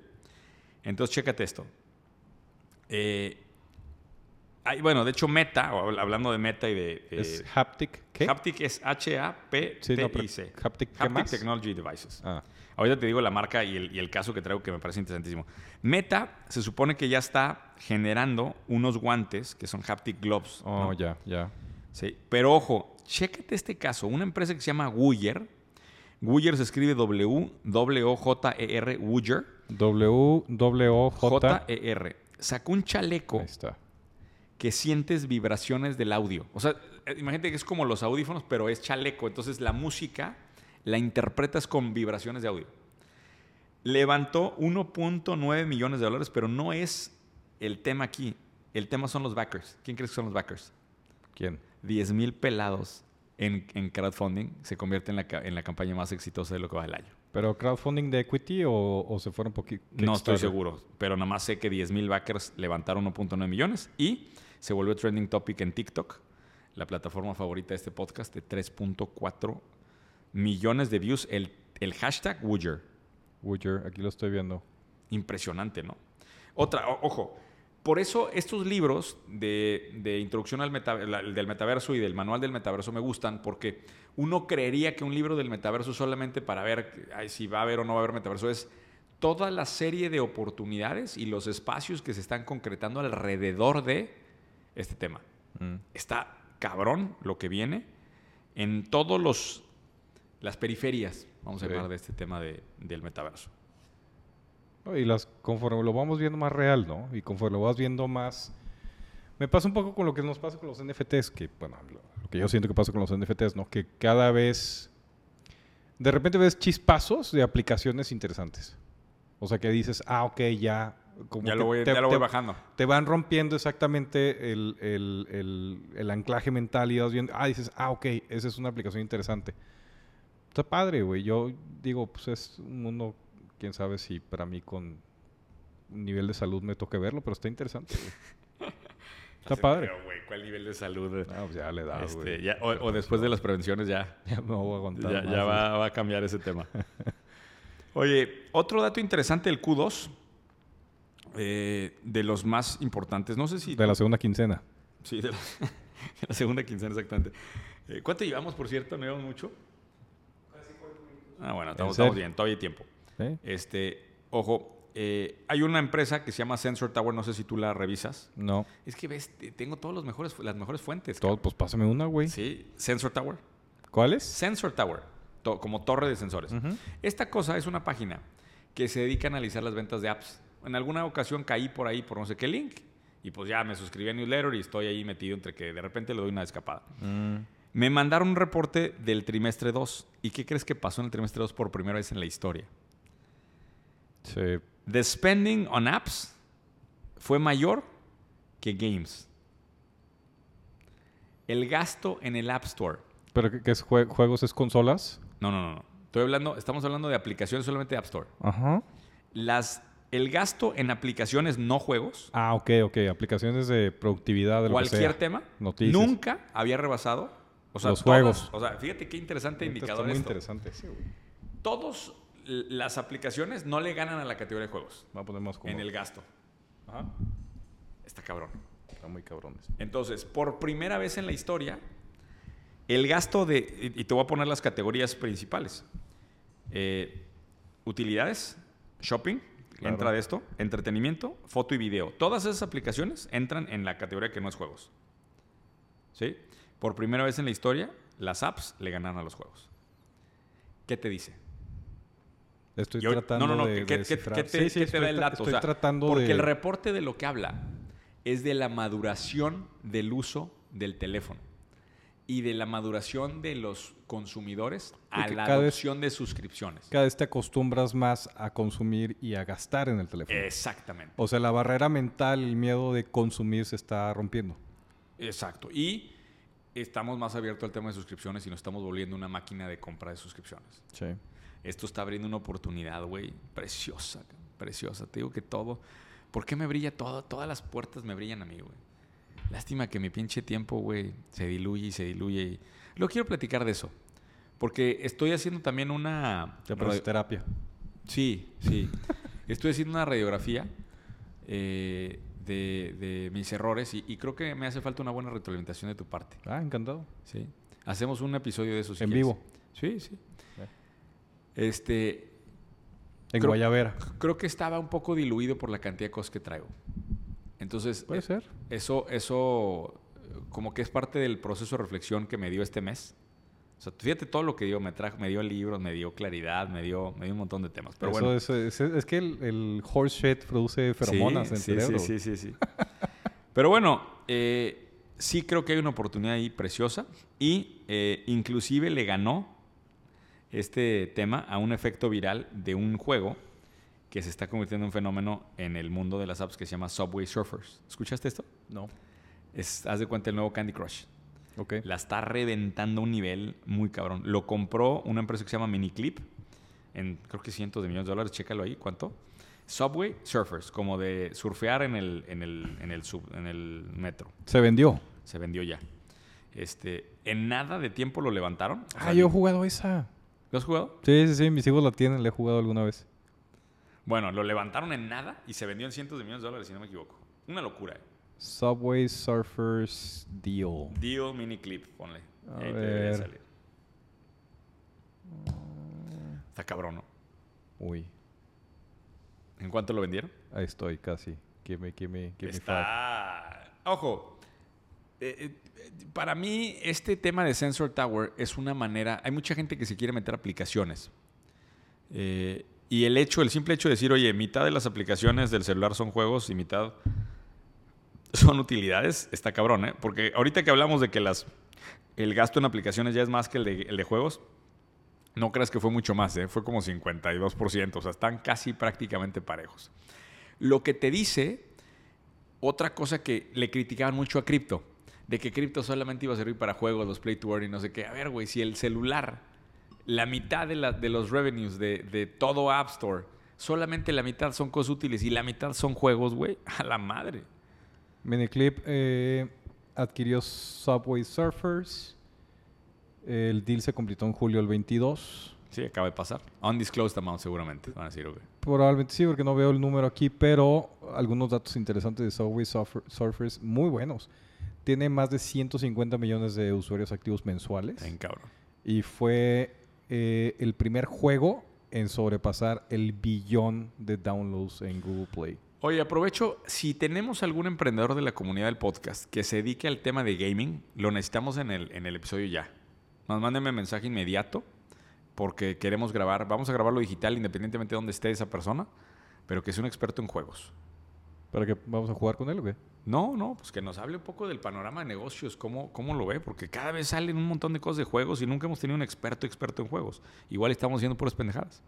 B: Entonces, chécate esto. Eh, hay- bueno, de hecho, Meta, o habl- hablando de Meta y de. de-
A: ¿Es Haptic qué?
B: Haptic es
A: Sí, no,
B: H-A-P-T-I-C.
A: pero Haptic, ¿qué más?
B: Technology Devices.
A: Ah,
B: Ahorita te digo la marca y el, y el caso que traigo que me parece interesantísimo. Meta se supone que ya está generando unos guantes que son haptic gloves.
A: oh,
B: ¿no?
A: ya, ya.
B: Sí. Pero ojo, chécate este caso. Una empresa que se llama Wooyer. Wooyer se escribe W-O-J-E-R, E Wooyer.
A: W, W, J. E
B: J-E-R. Sacó un chaleco
A: Ahí está.
B: que sientes vibraciones del audio. O sea, eh, imagínate que es como los audífonos, pero es chaleco. Entonces la música la interpretas con vibraciones de audio. Levantó 1.9 millones de dólares, pero no es el tema aquí. El tema son los backers. ¿Quién crees que son los backers?
A: ¿Quién?
B: 10 mil pelados en, en crowdfunding se convierte en la, ca- en la campaña más exitosa de lo que va del año.
A: ¿Pero crowdfunding de equity o, o se fueron poquito?
B: No estoy seguro, pero nada más sé que 10.000 backers levantaron 1.9 millones y se volvió trending topic en TikTok, la plataforma favorita de este podcast, de 3.4 millones de views. El, el hashtag Woodger.
A: Woodger, aquí lo estoy viendo.
B: Impresionante, ¿no? Otra, o- ojo, por eso estos libros de, de introducción al meta- la- del metaverso y del manual del metaverso me gustan porque uno creería que un libro del metaverso solamente para ver ay, si va a haber o no va a haber metaverso es toda la serie de oportunidades y los espacios que se están concretando alrededor de este tema. Está cabrón lo que viene en todos los las periferias, vamos a
A: Ok.
B: hablar de este tema de- del metaverso.
A: No, Y las, conforme lo vamos viendo más real, ¿no? Y conforme lo vas viendo más... Me pasa un poco con lo que nos pasa con los NFTs, que, bueno, lo, lo que yo siento que pasa con los NFTs, ¿no? Que cada vez... De repente ves chispazos de aplicaciones interesantes. O sea, que dices, ah, ok, ya... como
B: Ya
A: que
B: lo voy,
A: te-
B: ya lo voy
A: te-
B: bajando.
A: te van rompiendo exactamente el, el- el- el anclaje mental y vas viendo, ah, dices, ah, ok, esa es una aplicación interesante. Está padre, güey. Yo digo, pues es un mundo, quién sabe si para mí con un nivel de salud me toque verlo, pero está interesante, güey. Está padre.
B: Pero, güey, ¿cuál nivel de salud? eh?
A: Ah, pues ya le da,
B: Este,
A: güey.
B: ya- o, o después de las prevenciones ya,
A: Ya no voy a aguantar.
B: ya,
A: más,
B: ya
A: güey.
B: va, va a cambiar ese tema. Oye, otro dato interesante del Q2, eh, de los más importantes, no sé si...
A: De la segunda quincena.
B: Sí, de la, de la segunda quincena exactamente. Eh, ¿Cuánto llevamos, por cierto? ¿No llevamos mucho? Ah, bueno, estamos,
A: serio?
B: estamos bien, todavía hay tiempo.
A: ¿eh?
B: Este, ojo, eh, hay una empresa que se llama Sensor Tower, no sé si tú la revisas.
A: No.
B: Es que ves, te- tengo todos los mejores, fu- las mejores fuentes.
A: Todo, pues pásame una, güey.
B: Sí, Sensor Tower.
A: ¿Cuáles?
B: Sensor Tower, to- como torre de sensores.
A: Ujú.
B: Esta cosa es una página que se dedica a analizar las ventas de apps. En alguna ocasión caí por ahí por no sé qué link y pues ya me suscribí a newsletter y estoy ahí metido entre que de repente le doy una escapada. Me mandaron un reporte del trimestre 2. ¿Y qué crees que pasó en el trimestre 2 por primera vez en la historia?
A: Se-
B: The spending on apps fue mayor que games. El gasto en el App Store
A: ¿Pero qué, qué es jue- juegos? ¿Es consolas?
B: No, no, no, no. Estoy hablando, estamos hablando de aplicaciones solamente de App Store.
A: Ajá.
B: Las, el gasto en aplicaciones no juegos,
A: Ah, ok, ok. Aplicaciones de productividad, de lo que
B: cualquier
A: sea.
B: tema,
A: Noticias.
B: nunca había rebasado. O sea,
A: Los
B: todas-
A: juegos.
B: O sea, fíjate qué interesante
A: Neta, Está
B: indicador
A: muy
B: esto.
A: interesante.
B: Todas las aplicaciones no le ganan a la categoría de juegos
A: Va a poner más
B: en
A: cómodo.
B: el gasto.
A: Ajá.
B: Está cabrón.
A: Está muy cabrones.
B: Entonces, por primera vez en la historia, el gasto de. Y y te voy a poner las categorías principales: Eh, utilidades, shopping,
A: Claro.
B: entra de esto, entretenimiento, foto y video. Todas esas aplicaciones entran en la categoría que no es juegos. ¿Sí? Por primera vez en la historia, las apps le ganaron a los juegos. ¿Qué te dice?
A: Estoy
B: Y ahora-
A: tratando
B: no, no, no,
A: de.
B: ¿qué- ¿qué,
A: de
B: qué-
A: descifrar.
B: qué te,
A: Sí, sí,
B: qué te
A: estoy
B: da el
A: tra-
B: dato? O
A: Estoy
B: sea,
A: tratando
B: porque
A: de.
B: el reporte de lo que habla es de la maduración del uso del teléfono y de la maduración de los consumidores a
A: que
B: la
A: cada vez-
B: adopción de suscripciones.
A: Cada vez te acostumbras más a consumir y a gastar en el teléfono.
B: Exactamente.
A: O sea, la barrera mental, el miedo de consumir se está rompiendo.
B: Exacto. Y estamos más abiertos al tema de suscripciones y nos estamos volviendo una máquina de compra de suscripciones.
A: Sí.
B: Esto está abriendo una oportunidad, güey, preciosa, cabrón, preciosa. Te digo que todo. ¿Por qué me brilla todo? Todas las puertas me brillan a mí, güey. Lástima que mi pinche tiempo, güey, se diluye y se diluye. Y... Lo quiero platicar de eso. Porque estoy haciendo también una. radio-
A: terapia.
B: Sí, sí. Estoy haciendo una radiografía eh, de, de mis errores y, y creo que me hace falta una buena retroalimentación de tu parte.
A: Ah, encantado.
B: ¿sí? Hacemos un episodio de eso. si
A: En
B: quieres.
A: vivo.
B: Sí, sí.
A: Ya.
B: Este,
A: En
B: Creo-
A: Guayavera.
B: creo que estaba un poco diluido por la cantidad de cosas que traigo. Entonces,
A: Puede
B: eh,
A: ser.
B: eso, eso eh, como que es parte del proceso de reflexión que me dio este mes. O sea, fíjate todo lo que dio, me trajo, me dio libros, me dio claridad, me dio, me dio un montón de temas. Pero
A: Eso
B: bueno,
A: es, es- es que el, el horse shit produce
B: Sí,
A: feromonas en el
B: sí,
A: cerebro.
B: Sí, sí, sí, sí. Pero bueno, eh, sí creo que hay una oportunidad ahí preciosa y eh, inclusive le ganó este tema a un efecto viral de un juego que se está convirtiendo en un fenómeno en el mundo de las apps que se llama Subway Surfers. ¿Escuchaste esto?
A: No.
B: Es, haz de cuenta el nuevo Candy Crush.
A: Ok.
B: La está reventando a un nivel muy cabrón. Lo compró una empresa que se llama Miniclip en creo que cientos de millones de dólares. Chécalo ahí, ¿cuánto? Subway Surfers, como de surfear en el, en el, en el, sub- en el metro.
A: Se vendió.
B: Se vendió ya. Este, en nada de tiempo lo levantaron. O sea,
A: Ah, yo he jugado esa.
B: ¿Lo has jugado?
A: Sí, sí, sí, mis hijos la tienen, la he jugado alguna vez.
B: Bueno, lo levantaron en nada y se vendió en cientos de millones de dólares, si no me equivoco. Una locura. eh.
A: Subway Surfers Deal.
B: Deal Miniclip, ponle.
A: A
B: Y ahí te debería
A: ver.
B: salir. Está cabrón, ¿no?
A: Uy,
B: ¿En cuánto lo vendieron?
A: ahí estoy casi. Give me, give me, give me five.
B: Está. Ojo. eh, eh, para mí, este tema de Sensor Tower es una manera. Hay mucha gente que se quiere meter aplicaciones. Eh, y el hecho, el simple hecho de decir, oye, mitad de las aplicaciones del celular son juegos y mitad son utilidades, está cabrón, ¿eh? Porque ahorita que hablamos de que las, el gasto en aplicaciones ya es más que el de, el de juegos, no creas que fue mucho más, ¿eh? Fue como 52%, o sea, están casi prácticamente parejos. Lo que te dice otra cosa que le criticaban mucho a cripto, de que cripto solamente iba a servir para juegos, los play to earn y no sé qué. A ver, güey, si el celular, la mitad de, la- de los revenues de, de todo App Store, solamente la mitad son cosas útiles y la mitad son juegos, güey, a la madre.
A: Miniclip eh, adquirió Subway Surfers. El deal se completó en julio del 22.
B: Sí, acaba de pasar. Undisclosed amount, seguramente. Van a decir, güey.
A: Probablemente sí, porque no veo el número aquí, pero algunos datos interesantes de Subway Surfer- Surfers muy buenos. Tiene más de 150 millones de usuarios activos mensuales.
B: Está bien cabrón.
A: Y fue eh, el primer juego en sobrepasar el billón de downloads en Google Play.
B: Oye, aprovecho, si tenemos algún emprendedor de la comunidad del podcast que se dedique al tema de gaming, lo necesitamos en el, en el episodio ya. Nos mándenme mensaje inmediato porque queremos grabar, vamos a grabarlo digital independientemente de dónde esté esa persona, pero que sea un experto en juegos.
A: ¿Para qué vamos a jugar con él o qué?
B: No, no, pues que nos hable un poco del panorama de negocios, cómo, cómo lo ve, porque cada vez salen un montón de cosas de juegos y nunca hemos tenido un experto experto en juegos. Igual estamos haciendo puras pendejadas.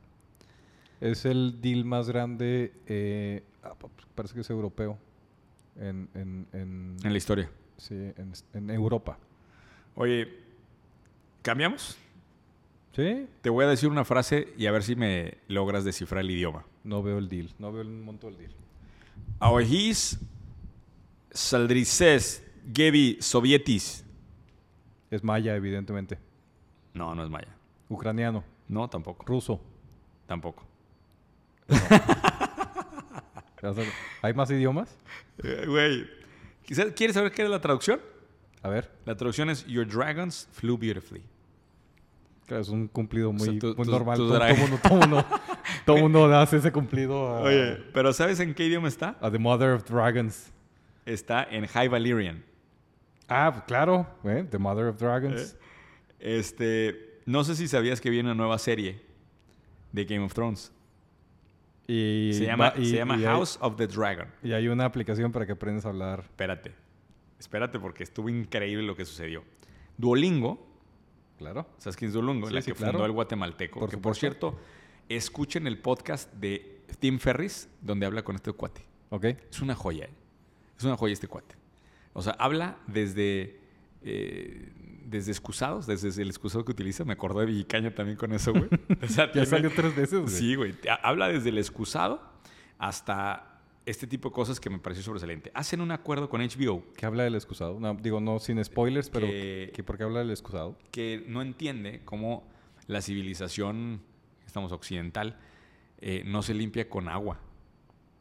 A: Es el deal más grande, eh, ah, pa- pues, parece que es europeo, en, en, en-
B: En la historia.
A: sí, en- en Europa.
B: Oye, ¿cambiamos?
A: ¿Sí?
B: Te voy a decir una frase y a ver si me logras descifrar el idioma.
A: No veo el deal, no veo el monto del deal.
B: Aohis Saldrices Gebi Sovietis.
A: Es maya, evidentemente.
B: No, no es maya.
A: Ucraniano,
B: No, tampoco.
A: ruso.
B: Tampoco.
A: ¿Hay más idiomas?
B: Eh, Güey. Quizás- ¿Quieres saber qué era la traducción?
A: A ver,
B: La traducción es Your dragons flew beautifully.
A: claro, es un cumplido muy,
B: sea, tú-
A: muy
B: tú-
A: normal.
B: tú
A: todo,
B: drag-
A: todo mundo, todo mundo- todo mundo hace ese cumplido a,
B: Oye, pero ¿sabes en qué idioma está?
A: a The Mother of Dragons.
B: Está en High Valyrian.
A: Ah, pues claro, eh, The Mother of Dragons.
B: Eh. Este, no sé si sabías que viene una nueva serie de Game of Thrones.
A: Y
B: Se llama,
A: va- y-
B: se llama
A: y hay-
B: House of the Dragon.
A: y hay una aplicación para que aprendas a hablar
B: Espérate. Espérate porque estuvo increíble lo que sucedió. Duolingo,
A: Claro.
B: ¿sabes quién es Duolingo?
A: Sí,
B: la
A: sí,
B: que
A: claro.
B: fundó el guatemalteco.
A: Por
B: que por
A: supuesto.
B: cierto, escuchen el podcast de Tim Ferris donde habla con este cuate.
A: Ok.
B: Es una joya, ¿eh? Es una joya este cuate. O sea, habla desde, eh, desde excusados, desde el excusado que utiliza. Me acordé de Villicaña también con eso, güey. O sea,
A: Ya
B: tiene-
A: salió tres veces, güey.
B: Sí, güey. Te- Habla desde el excusado hasta este tipo de cosas que me pareció sobresaliente. Hacen un acuerdo con HBO
A: Que habla del excusado. No, digo, no sin spoilers, pero
B: Que-
A: que... ¿por qué habla del excusado?
B: que no entiende cómo la civilización, estamos occidental, eh, no se limpia con agua.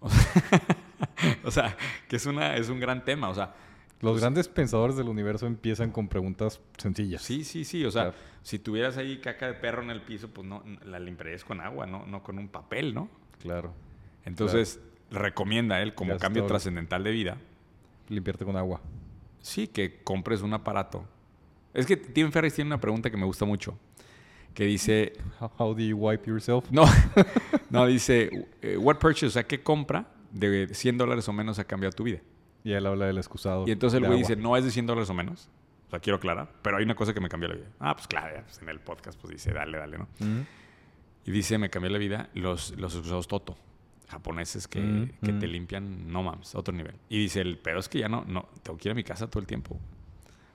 B: O sea, o sea, que es, una, es un gran tema. O sea,
A: Los grandes pensadores del universo empiezan con preguntas sencillas.
B: sí, sí, sí. O sea,
A: Claro.
B: si tuvieras ahí caca de perro en el piso, pues no, la limpiarías con agua, no, no con un papel, ¿no?
A: Claro.
B: Entonces, recomienda él como
A: Ya es
B: cambio
A: todo.
B: trascendental de vida.
A: Limpiarte con agua.
B: Sí, que compres un aparato. Es que Tim Ferriss tiene una pregunta que me gusta mucho, que dice,
A: How, how do you wipe yourself?
B: no, no dice, eh, what purchase, o sea, ¿qué compra de 100 dólares o menos ha cambiado tu vida?
A: Y él habla del excusado.
B: Y entonces el
A: de
B: güey
A: agua.
B: dice, no es de 100 dólares o menos. O sea, quiero aclarar. Pero hay una cosa que me cambió la vida. Ah, pues claro, ya, pues, en el podcast pues dice, dale, dale, ¿no?
A: Ujú.
B: Y dice, me cambió la vida los, los excusados Toto. Japoneses que,
A: Mm,
B: que
A: mm.
B: te limpian, no mames, otro nivel. Y dice, el pero es que ya no, no, tengo que ir a mi casa todo el tiempo.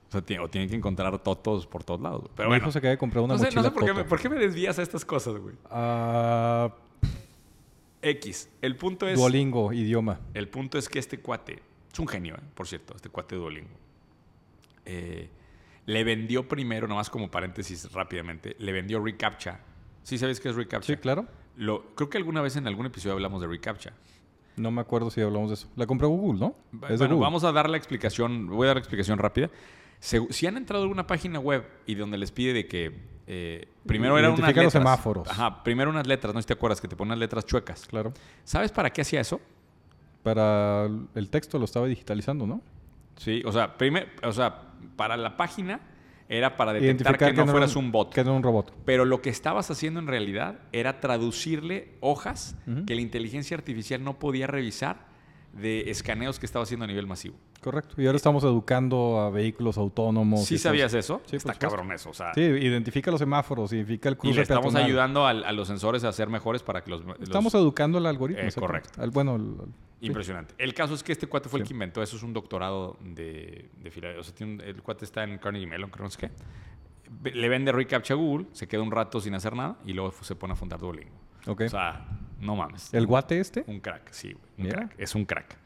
B: O sea, ti- o tienen que encontrar totos por todos lados. güey. Pero
A: Mi
B: bueno,
A: hijo se acaba de comprar una
B: no sé, no
A: mochila
B: sé por, qué me,
A: Toto.
B: por qué me desvías a estas cosas, güey.
A: Ah,
B: X. El punto es...
A: Duolingo, idioma.
B: El punto es que este cuate, es un genio, ¿eh? por cierto, este cuate de Duolingo, eh, le vendió primero, nomás como paréntesis rápidamente, le vendió ReCAPTCHA. ¿Sí sabes qué es ReCAPTCHA?
A: Sí, claro.
B: Lo, creo que alguna vez en algún episodio hablamos de ReCAPTCHA.
A: No me acuerdo si hablamos de eso. La compró Google, ¿no?
B: Va-
A: es de
B: bueno,
A: Google.
B: vamos a dar la explicación, voy a dar la explicación rápida. Segu- si han entrado a alguna página web y donde les pide de que eh, primero eran unas
A: Identifica los
B: letras.
A: semáforos.
B: Ajá, primero unas letras, no sé si te acuerdas que te ponen unas letras chuecas.
A: Claro.
B: ¿Sabes para qué hacía eso?
A: Para el texto lo estaba digitalizando, ¿no?
B: Sí, o sea, primer, o sea, para la página era para detectar que, no,
A: era
B: fueras un bot.
A: Que no era un robot.
B: Pero lo que estabas haciendo en realidad era traducirle hojas
A: Ujú.
B: que la inteligencia artificial no podía revisar de escaneos que estaba haciendo a nivel masivo.
A: Correcto. Y ahora estamos educando a vehículos autónomos.
B: ¿Sí
A: y todo
B: sabías eso?
A: Oh, Sí, por
B: Está
A: supuesto.
B: cabrón eso, o sea,
A: Sí, identifica los semáforos, identifica el cruce
B: y le estamos
A: peatonal.
B: ayudando al- a, los sensores a ser mejores para que los... los-
A: Estamos educando al algoritmo.
B: Eh,
A: exactamente.
B: correcto.
A: Al- bueno, al- sí.
B: Impresionante. El caso es que este cuate fue el
A: Sí.
B: que inventó eso, es un doctorado de, de Filadelfia. O sea, tiene un- el cuate está en Carnegie Mellon, creo no sé qué. Ve- Le vende ReCAPTCHA a Google, se queda un rato sin hacer nada y luego fu- se pone a fundar Duolingo.
A: Ok.
B: O sea, no mames.
A: el guate este.
B: Un crack, sí, güey, un
A: Mira.
B: crack. Es un crack.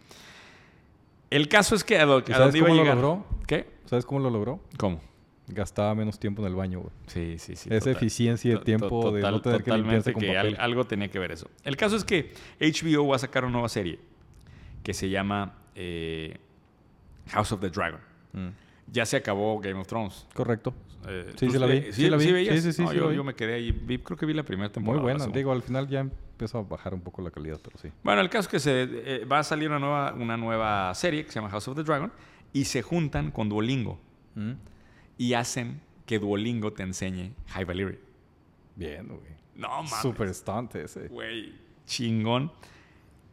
B: El caso es que a, do- a
A: sabes
B: dónde iba a
A: cómo lo
B: llegar.
A: logró?
B: ¿Qué?
A: ¿Sabes cómo lo logró?
B: ¿Cómo?
A: Gastaba menos tiempo en el baño, güey.
B: Sí, sí, sí.
A: Esa
B: total.
A: eficiencia de
B: To- to-
A: tiempo de no tener que
B: totalmente
A: limpiarse con
B: que al-
A: papel.
B: algo tenía que ver eso. El caso es que HBO va a sacar una nueva serie que se llama eh, House of the Dragon. Mm. Ya se acabó Game of Thrones.
A: Correcto.
B: Eh,
A: Sí,
B: ¿tú
A: sí la vi, sí la vi.
B: veías?
A: Sí, sí, sí,
B: No,
A: sí
B: yo,
A: la vi.
B: yo me quedé ahí. Vi- creo que vi la primera
A: Muy
B: temporada. la
A: buena.
B: segunda.
A: Digo, al final ya empezó a bajar un poco la calidad, pero sí.
B: Bueno, el caso es que se, eh, va a salir una nueva, una nueva serie que se llama House of the Dragon y se juntan con Duolingo
A: ¿Mm?
B: y hacen que Duolingo te enseñe High Valyria.
A: Bien, güey.
B: No mames.
A: Super stunt ese.
B: Güey, chingón.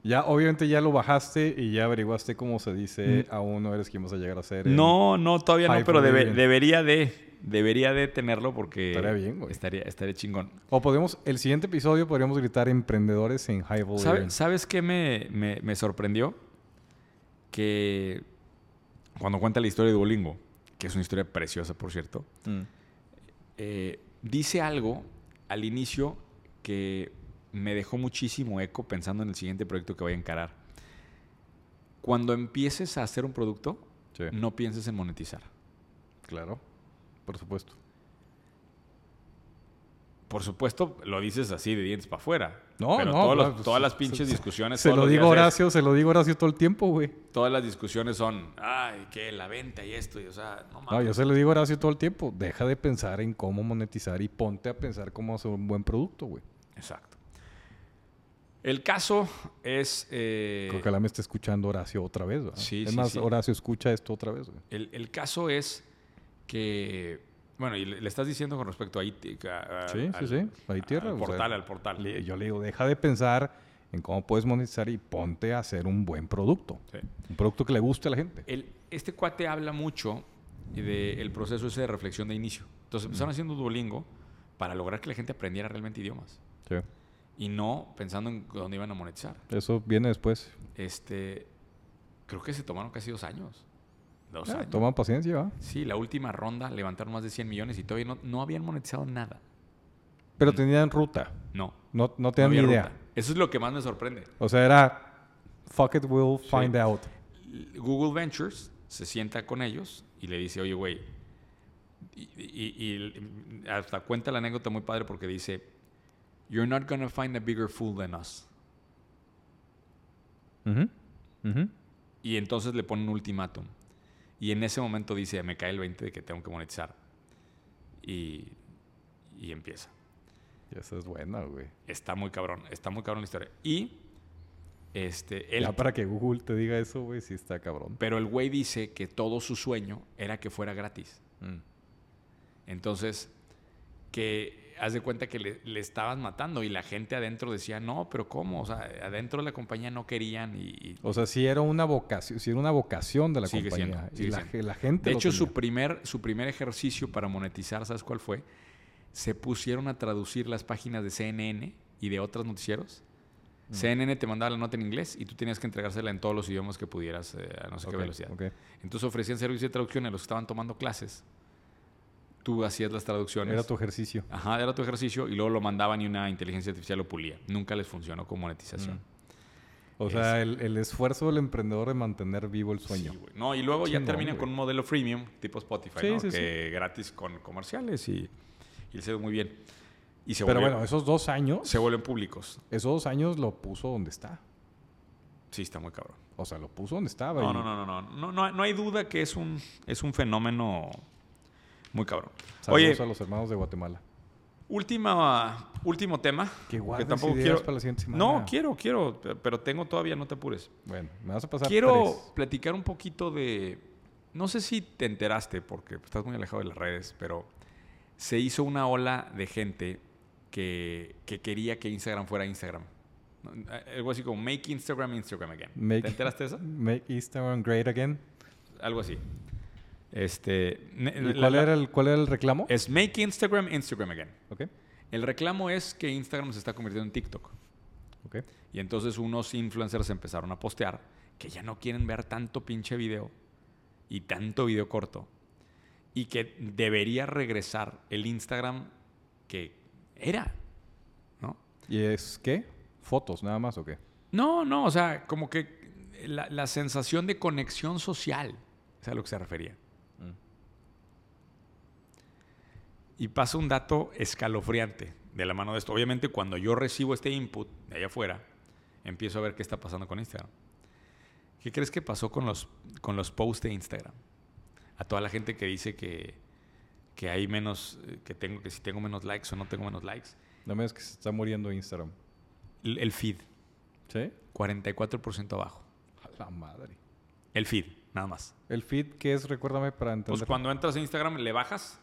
A: Ya, obviamente ya lo bajaste y ya averiguaste cómo se dice aún no eres quien vas a llegar a ser. en-
B: No, no, todavía no,
A: High
B: pero debe-
A: Valyrian.
B: debería de. Debería de tenerlo porque.
A: Estaría bien, güey.
B: Estaría, estaría chingón.
A: O podemos, el siguiente episodio podríamos gritar emprendedores en High Volume.
B: ¿Sabe- ¿Sabes qué me, me- me sorprendió? Que cuando cuenta la historia de Duolingo, que es una historia preciosa, por cierto,
A: Mm.
B: eh, dice algo al inicio que me dejó muchísimo eco pensando en el siguiente proyecto que voy a encarar. Cuando empieces a hacer un producto,
A: Sí,
B: no pienses en monetizar.
A: claro. Por supuesto.
B: Por supuesto, lo dices así de dientes para afuera.
A: No,
B: pero
A: no,
B: todos los-
A: claro, pues,
B: todas las
A: se-
B: pinches
A: se-
B: discusiones.
A: Se
B: todos
A: lo
B: los
A: digo
B: días es-
A: Horacio, se lo digo Horacio todo el tiempo, güey.
B: todas las discusiones son, ay, que la venta y esto, y o sea, no mames.
A: No, yo se lo digo a Horacio todo el tiempo. Deja de pensar en cómo monetizar y ponte a pensar cómo hacer un buen producto, güey.
B: Exacto. El caso es. eh,
A: Creo que ojalá me esté escuchando Horacio otra vez, ¿verdad?
B: sí,
A: es
B: sí,
A: más,
B: sí.
A: Horacio escucha esto otra vez, güey.
B: el, el caso es que. Bueno, y le, le estás diciendo con respecto a IT. a- a-
A: Sí, sí,
B: al-
A: sí. Ahí tierra,
B: Al
A: o sea,
B: portal, al portal.
A: Le- Yo le digo, deja de pensar en cómo puedes monetizar y ponte a hacer un buen producto.
B: Sí.
A: Un producto que le guste a la gente.
B: El- este cuate habla mucho del proceso ese de reflexión de inicio. Entonces empezaron haciendo Duolingo para lograr que la gente aprendiera realmente idiomas
A: Sí.
B: y no pensando en dónde iban a monetizar.
A: Eso viene después.
B: Este, creo que se tomaron casi dos años. Dos
A: Ah,
B: años.
A: toma paciencia, ¿va?
B: Sí, la última ronda levantaron más de 100 millones y todavía no, no habían monetizado nada.
A: Pero tenían ruta.
B: No.
A: No, no
B: Mm. no
A: tenían
B: había
A: ni idea.
B: ruta. Eso es lo que más me sorprende.
A: O sea, era fuck it, we'll find out.
B: Google Ventures se sienta con ellos y le dice, oye, güey, y, y- y hasta cuenta la anécdota muy padre porque dice, you're not gonna find a bigger fool than us.
A: Ujú, ujú.
B: Y entonces le ponen un ultimátum. Y en ese momento dice, me cae el 20 de que tengo que monetizar. Y, y empieza.
A: Y esa es buena, güey.
B: Está muy cabrón, está muy cabrón la historia. Y este, él,
A: Ya para que Google te diga eso, güey, sí está cabrón.
B: pero el güey dice que todo su Mm. sueño era que fuera gratis.
A: Mm.
B: Entonces, que haz de cuenta que le, le estabas matando y la gente adentro decía, no, pero ¿cómo? O sea, adentro de la compañía no querían y... y-
A: O sea, sí era una vocación, sí era una vocación de la
B: Sigue
A: compañía.
B: siendo,
A: y
B: sigue
A: la,
B: siendo.
A: ge- la gente.
B: de
A: lo
B: hecho,
A: tenía.
B: su primer, su primer ejercicio para monetizar, ¿sabes cuál fue? Se pusieron a traducir las páginas de CNN y de otros noticieros.
A: Mm.
B: CNN te mandaba la nota en inglés y tú tenías que entregársela en todos los idiomas que pudieras, eh, a no sé
A: Ok,
B: qué velocidad.
A: ok.
B: Entonces ofrecían servicio de traducción a los que estaban tomando clases. Tú hacías las traducciones.
A: Era tu ejercicio.
B: Ajá, era tu ejercicio y luego lo mandaban y una inteligencia artificial lo pulía. Nunca les funcionó con monetización.
A: Mm. O sea, el, el esfuerzo del emprendedor de mantener vivo el sueño.
B: Sí, güey. no, y luego
A: Chingón,
B: ya terminan
A: güey.
B: con un modelo freemium tipo Spotify,
A: Sí,
B: ¿no?
A: sí,
B: que gratis con comerciales y, y les ha ido muy bien. Y se,
A: Pero
B: vuelven,
A: bueno, esos dos años,
B: se vuelven públicos.
A: esos dos años lo puso donde está.
B: Sí, está muy cabrón.
A: O sea, lo puso donde estaba.
B: No,
A: y
B: no, no, no, no, no, no, hay- no hay duda que es un, es un fenómeno muy cabrón.
A: Saludos
B: Oye,
A: a los hermanos de Guatemala.
B: última, último tema.
A: Que guardes
B: tampoco
A: ideas
B: quiero-
A: para la siguiente semana.
B: No, quiero, quiero, pero tengo todavía, no te apures.
A: Bueno, me vas a pasar
B: Quiero
A: tres.
B: platicar un poquito de. No sé si te enteraste, porque pues, estás muy alejado de las redes, pero se hizo una ola de gente que, que quería que Instagram fuera Instagram. No, eh, Algo así como Make Instagram Instagram again.
A: Make-
B: ¿Te enteraste de eso?
A: Make Instagram great again.
B: Algo así. Este, ne-
A: ¿Y
B: la-
A: cuál,
B: la-
A: era el, ¿Cuál era el reclamo?
B: Es Make Instagram Instagram again.
A: Ok,
B: El reclamo es que Instagram se está convirtiendo en TikTok.
A: ok.
B: Y entonces unos influencers empezaron a postear que ya no quieren ver tanto pinche video y tanto video corto. Y que debería regresar el Instagram que era, ¿no?
A: ¿Y es qué? ¿Fotos nada más o qué?
B: No, no, o sea, como que la, la sensación de conexión social es a lo que se refería. Mm. Y pasa un dato escalofriante de la mano de esto. Obviamente, cuando yo recibo este input de allá afuera, empiezo a ver qué está pasando con Instagram. ¿Qué crees que pasó con los, con los posts de Instagram? A toda la gente que dice que, que hay menos, eh, que tengo, que si tengo menos likes o no tengo menos likes.
A: No me digas que se está muriendo Instagram.
B: El, el feed,
A: ¿Sí?
B: 44% abajo.
A: A la madre.
B: El feed, nada más.
A: ¿El feed qué es? Recuérdame para
B: Pues
A: entender.
B: cuando entras a Instagram le bajas,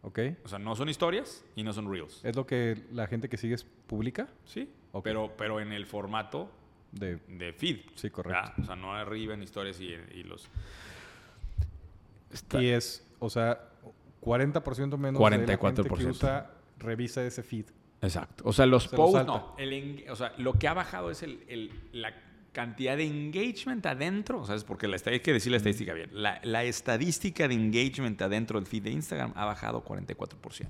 A: ok.
B: o sea, no son historias y no son reels.
A: ¿Es lo que la gente que sigues publica?
B: Sí,
A: Eh, Ok.
B: pero, pero en el formato
A: De...
B: de feed.
A: Sí, correcto.
B: ¿verdad? O sea, no arriba en historias y, y los... Está-
A: Y es, o sea, 40% menos de la gente que
B: 44%.
A: usa, revisa ese feed.
B: Exacto. O sea, los
A: Se lo
B: posts...
A: salta.
B: no, el en- o sea, lo que ha bajado es el- el- la cantidad de engagement adentro. O sea, es porque la estad- hay que decir la estadística bien. La, la estadística de engagement adentro del feed de Instagram ha bajado 44%.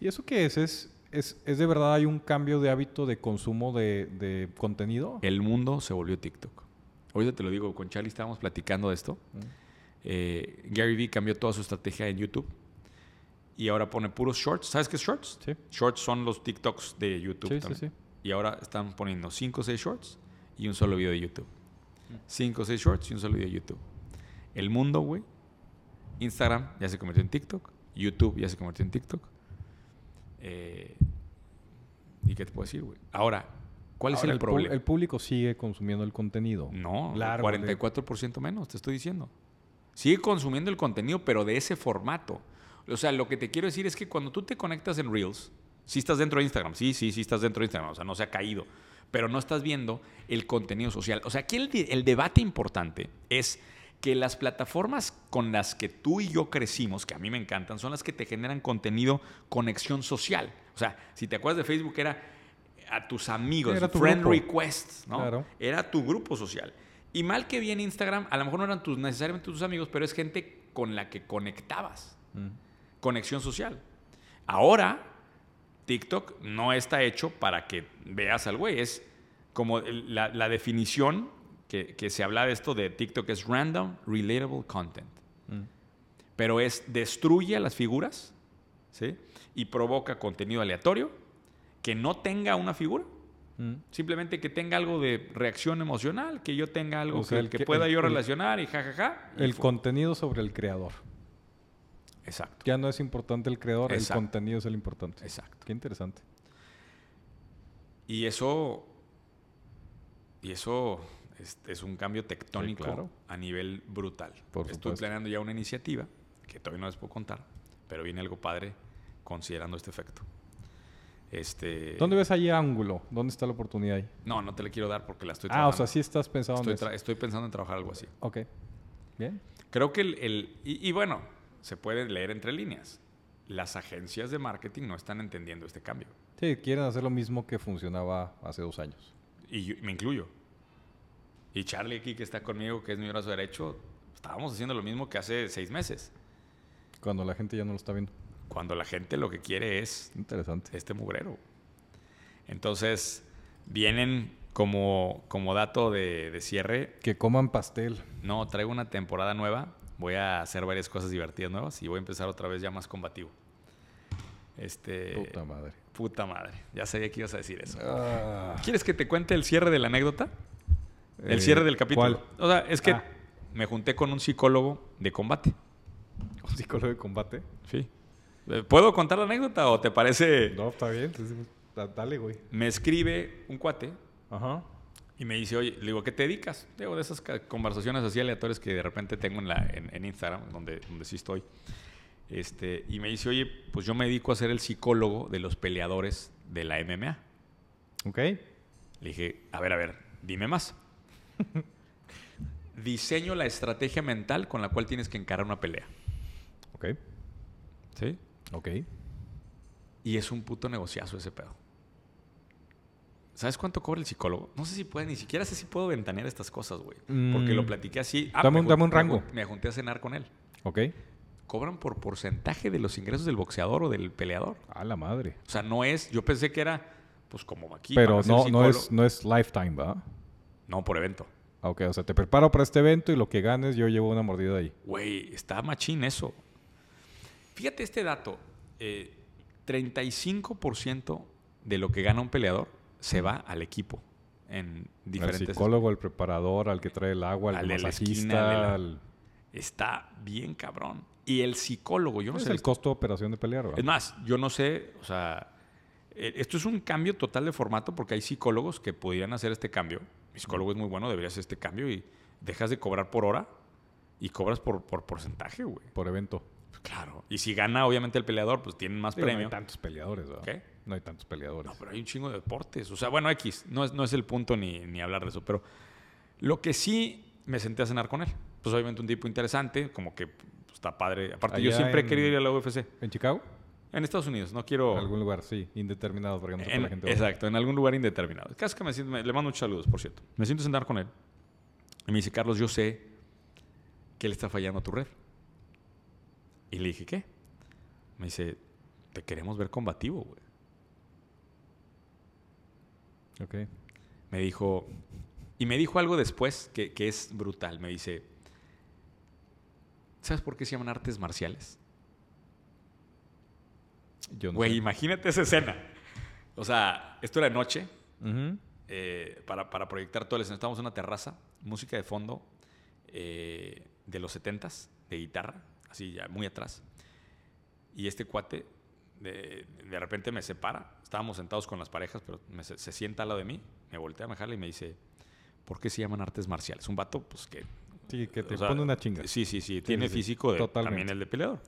A: ¿Y eso qué es? ¿Es, es, es de verdad hay un cambio de hábito de consumo de, de contenido?
B: El mundo se volvió TikTok. Ahorita te lo digo, con Charlie estábamos platicando de esto.
A: Mm.
B: Eh, Gary Vee cambió toda su estrategia en YouTube y ahora pone puros shorts. ¿Sabes qué es shorts?
A: Sí.
B: Shorts son los TikToks de YouTube.
A: Sí, sí,
B: también.
A: sí.
B: Y ahora están poniendo 5 o 6 shorts y un solo video de YouTube. 5 o 6 shorts y un solo video de YouTube. El mundo, güey. Instagram ya se convirtió en TikTok. YouTube ya se convirtió en TikTok. Eh, ¿Y qué te puedo decir, güey? Ahora, ¿cuál es
A: Ahora,
B: el,
A: pu-
B: problema?
A: El público sigue consumiendo el contenido.
B: No,
A: Largo,
B: 44% menos, te estoy diciendo. Sigue consumiendo el contenido, pero de ese formato. O sea, lo que te quiero decir es que cuando tú te conectas en Reels, sí estás dentro de Instagram, sí, sí, sí estás dentro de Instagram, o sea, no se ha caído, pero no estás viendo el contenido social. O sea, aquí el, de- el debate importante es que las plataformas con las que tú y yo crecimos, que a mí me encantan, son las que te generan contenido, conexión social. O sea, si te acuerdas de Facebook era a tus amigos,
A: Era tu
B: friend
A: grupo.
B: requests, ¿no?
A: Claro.
B: Era tu grupo social. Y mal que bien Instagram, a lo mejor no eran tus, necesariamente tus amigos, pero es gente con la que conectabas.
A: Mm.
B: Conexión social. Ahora, TikTok no está hecho para que veas al güey. Es como el- la, la definición que, que se habla de esto de TikTok es random, relatable content.
A: Mm.
B: Pero es destruye a las figuras ¿sí? y provoca contenido aleatorio que no tenga una figura.
A: Mm.
B: Simplemente que tenga algo de reacción emocional, que yo tenga algo
A: O sea,
B: que,
A: el
B: que
A: que-
B: pueda
A: el-
B: yo
A: el-
B: relacionar y jajaja.
A: El contenido sobre el creador.
B: Exacto,
A: Ya no es importante el creador,
B: Exacto.
A: el contenido es el importante.
B: exacto.
A: Qué interesante.
B: Y eso. Y eso es, es un cambio
A: Sí,
B: tectónico
A: claro.
B: a nivel brutal.
A: Por
B: Estoy
A: supuesto.
B: planeando ya una iniciativa que todavía no les puedo contar, pero viene algo padre considerando este efecto. Este,
A: ¿Dónde ves ahí ángulo? ¿Dónde está la oportunidad ahí?
B: No, no te la quiero dar porque la estoy
A: ah, o
B: trabajando.
A: sea, sí estás pensando
B: estoy,
A: en eso.
B: tra- estoy pensando en trabajar algo así.
A: Ok. Bien.
B: Creo que el... el- y, y bueno, se puede leer entre líneas. Las agencias de marketing no están entendiendo este cambio.
A: Sí, quieren hacer lo mismo que funcionaba hace dos años.
B: Y yo- me incluyo. Y Charlie aquí, que está conmigo, que es mi brazo derecho, estábamos haciendo lo mismo que hace seis meses.
A: Cuando la gente ya no lo está viendo.
B: Cuando la gente lo que quiere es
A: Interesante.
B: este mugrero. Entonces, vienen como, como dato de, de cierre.
A: Que coman pastel.
B: No, traigo una temporada nueva. Voy a hacer varias cosas divertidas nuevas y voy a empezar otra vez ya más combativo. Este.
A: Puta madre.
B: puta madre. Ya sabía que ibas a decir eso.
A: Ah.
B: ¿Quieres que te cuente el cierre de la anécdota? El
A: Eh,
B: cierre del capítulo.
A: ¿cuál?
B: O sea, es que
A: Ah.
B: me junté con un psicólogo de combate.
A: ¿Un psicólogo de combate?
B: Sí. Eh, ¿Puedo contar la anécdota o te parece?
A: No, está bien. entonces, da- Dale, güey.
B: Me escribe un cuate
A: Ajá.
B: y me dice, oye, le digo, ¿a ¿qué te dedicas? Digo, de esas ca- conversaciones así aleatorias que de repente tengo en, la, en, en Instagram, donde, donde sí estoy. Este, y me dice, oye, pues yo me dedico a ser el psicólogo de los peleadores de la MMA.
A: Ok.
B: Le dije, a ver, a ver, dime más. Diseño la estrategia mental con la cual tienes que encarar una pelea.
A: Ok.
B: ¿Sí?
A: Ok.
B: Y es un puto negociazo ese pedo. ¿Sabes cuánto cobra el psicólogo? No sé si puede, ni siquiera sé si puedo ventanear estas cosas, güey. Porque
A: Mm.
B: lo platiqué así. Ah,
A: Dame
B: me
A: un-
B: jun-
A: dame un
B: me
A: rango.
B: jun- Me junté a cenar con él.
A: Ok.
B: Cobran por porcentaje de los ingresos del boxeador o del peleador.
A: A la madre.
B: O sea, no es. Yo pensé que era, pues como aquí.
A: Pero
B: para ser
A: no, no, es,
B: psicólogo.
A: no es lifetime, ¿verdad?
B: No, por evento.
A: Ah, Ok, o sea, te preparo para este evento y lo que ganes yo llevo una mordida ahí.
B: Güey, está machín eso. Fíjate este dato. eh, 35% de lo que gana un peleador se va al equipo en
A: Al
B: diferentes...
A: psicólogo, al preparador, al que trae el agua, al,
B: Al de la esquina,
A: masajista,
B: al de
A: al...
B: Está bien cabrón. Y el psicólogo, yo no
A: es
B: sé...
A: el costo de operación de pelear, ¿verdad?
B: Es más, yo no sé, o sea, eh, esto es un cambio total de formato porque hay psicólogos que podrían hacer este cambio. Mi psicólogo es muy bueno, debería hacer este cambio y dejas de cobrar por hora y cobras por, por porcentaje, güey. Pues
A: Por evento.
B: Claro. Y si gana, obviamente, el peleador, pues tienen más
A: Digo, no
B: premio.
A: hay tantos peleadores, ¿verdad?
B: ¿Qué?
A: No hay tantos peleadores.
B: No, pero hay un chingo de deportes. O sea, bueno, X, no es, no es el punto ni, ni hablar de eso. Pero lo que sí me senté a cenar con él. Pues obviamente un tipo interesante, como que pues, está padre. Aparte, yo
A: Allá
B: siempre he
A: en-
B: querido ir a la UFC.
A: ¿En Chicago?
B: En Estados Unidos, no
A: En
B: quiero.
A: algún lugar, sí. Indeterminado, porque no sé
B: Oh. en-
A: la gente. va.
B: exacto, en algún lugar indeterminado. El caso es que me siento- me- le mando muchos saludos, por cierto. Me siento a cenar con él. Y me dice, Carlos, yo sé que le está fallando a tu red. Y le dije, ¿qué? Me dice, te queremos ver combativo, güey.
A: Ok.
B: Me dijo, y me dijo algo después que, que es brutal. Me dice, ¿sabes por qué se llaman artes marciales?
A: Yo no
B: Güey,
A: sé.
B: imagínate esa escena. O sea, esto era de noche,
A: Ujú.
B: eh, para, para proyectar todo el escenario. Estábamos en una terraza, música de fondo eh, de los 70s, de guitarra, así ya muy atrás. Y este cuate de, de repente me separa. Estábamos sentados con las parejas, pero me se, se sienta al lado de mí, me voltea, me jala y me dice, ¿por qué se llaman artes marciales? Un vato, pues que...
A: Sí, que te
B: o sea,
A: pone una chinga.
B: Sí, sí, sí. Tiene
A: sí, sí.
B: físico de, también
A: Totalmente.
B: el de peleador.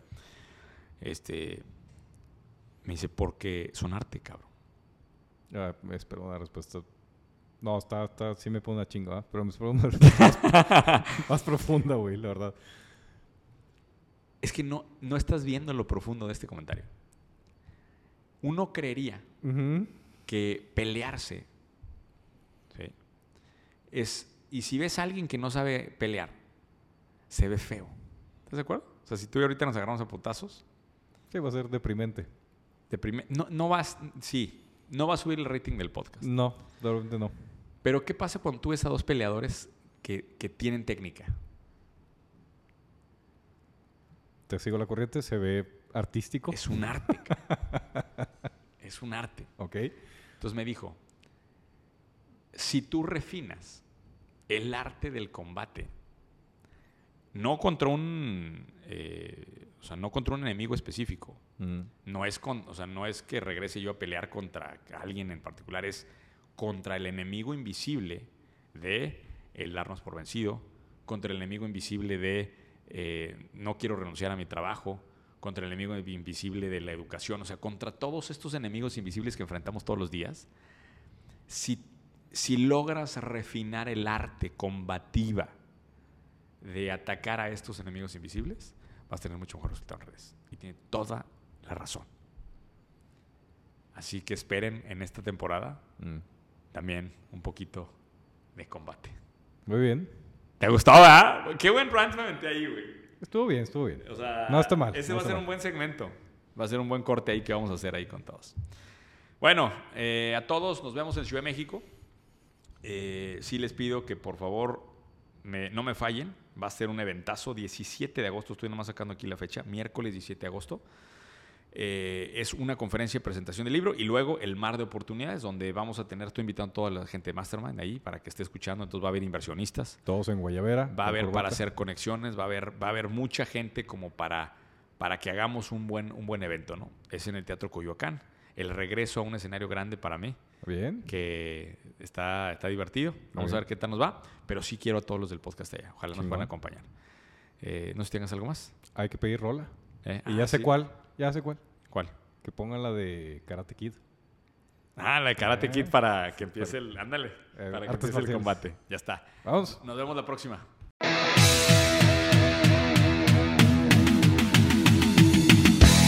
B: Este... Me dice, porque son arte, cabrón.
A: Ah, me espero una respuesta. No, está, está, sí me pone una chinga, ¿verdad? pero me espero una respuesta más, más profunda, güey, la verdad.
B: Es que no, no estás viendo lo profundo de este comentario. Uno creería
A: Ujú.
B: que pelearse ¿sí? es. Y si ves a alguien que no sabe pelear, se ve feo. ¿Estás de acuerdo? O sea, si tú y yo ahorita nos agarramos a putazos,
A: Sí, va a ser deprimente.
B: de primer- no, no vas. Sí, no va a subir el rating del podcast.
A: No, de repente no.
B: Pero, ¿qué pasa cuando tú ves a dos peleadores que, que tienen técnica?
A: Te sigo la corriente, se ve artístico.
B: Es un arte. cabrón. es un arte.
A: Ok.
B: Entonces me dijo, si tú refinas el arte del combate, no contra un, eh, o sea, no contra un enemigo específico,
A: Mm.
B: no es con, o sea, no es que regrese yo a pelear contra alguien en particular, es contra el enemigo invisible de el darnos por vencido, contra el enemigo invisible de eh, no quiero renunciar a mi trabajo, contra el enemigo invisible de la educación, o sea, contra todos estos enemigos invisibles que enfrentamos todos los días, si, si logras refinar el arte combativa de atacar a estos enemigos invisibles, vas a tener mucho mejor resultado en redes. Y tiene toda la razón. Así que esperen en esta temporada
C: Mm.
B: también un poquito de combate.
A: Muy bien.
B: ¿Te gustó, verdad? Qué buen rant me aventé ahí, güey.
A: Estuvo bien, estuvo bien.
B: O sea,
A: No está mal,
B: Ese
A: no
B: va a
A: está
B: ser
A: mal.
B: un buen segmento. Va a ser un buen corte ahí que vamos a hacer ahí con todos. Bueno, eh, a todos nos vemos en Ciudad de México. Eh, sí les pido que por favor me- no me fallen. Va a ser un eventazo 17 de agosto. Estoy nomás sacando aquí la fecha. Miércoles 17 de agosto. Eh, es una conferencia de presentación del libro y luego el mar de oportunidades donde vamos a tener, estoy invitando a toda la gente de Mastermind ahí para que esté escuchando. Entonces va a haber inversionistas,
A: Todos en Guayabera.
B: Va
A: en
B: a haber para
A: corbata.
B: hacer conexiones, va a haber, va a haber mucha gente como para, para que hagamos un buen, un buen evento, ¿no? Es en el Teatro Coyoacán. El regreso a un escenario grande para mí,
A: Bien.
B: que está, está divertido. Vamos a
A: bien.
B: ver qué tal nos va. Pero sí quiero a todos los del podcast allá. Ojalá nos puedan
A: Chingón.
B: acompañar. Eh, no sé si tengas algo más.
A: Hay que pedir rola.
B: ¿Eh?
A: Y
B: Ah,
A: ya sé
B: sí.
A: cuál. Ya sé cuál.
B: ¿Cuál?
A: Que pongan la de Karate Kid.
B: Ah, la de Karate Kid para que empiece el... Ándale.
A: Eh,
B: para que
A: artes
B: empiece el
A: marciales.
B: combate. Ya está.
A: Vamos.
B: Nos vemos la próxima.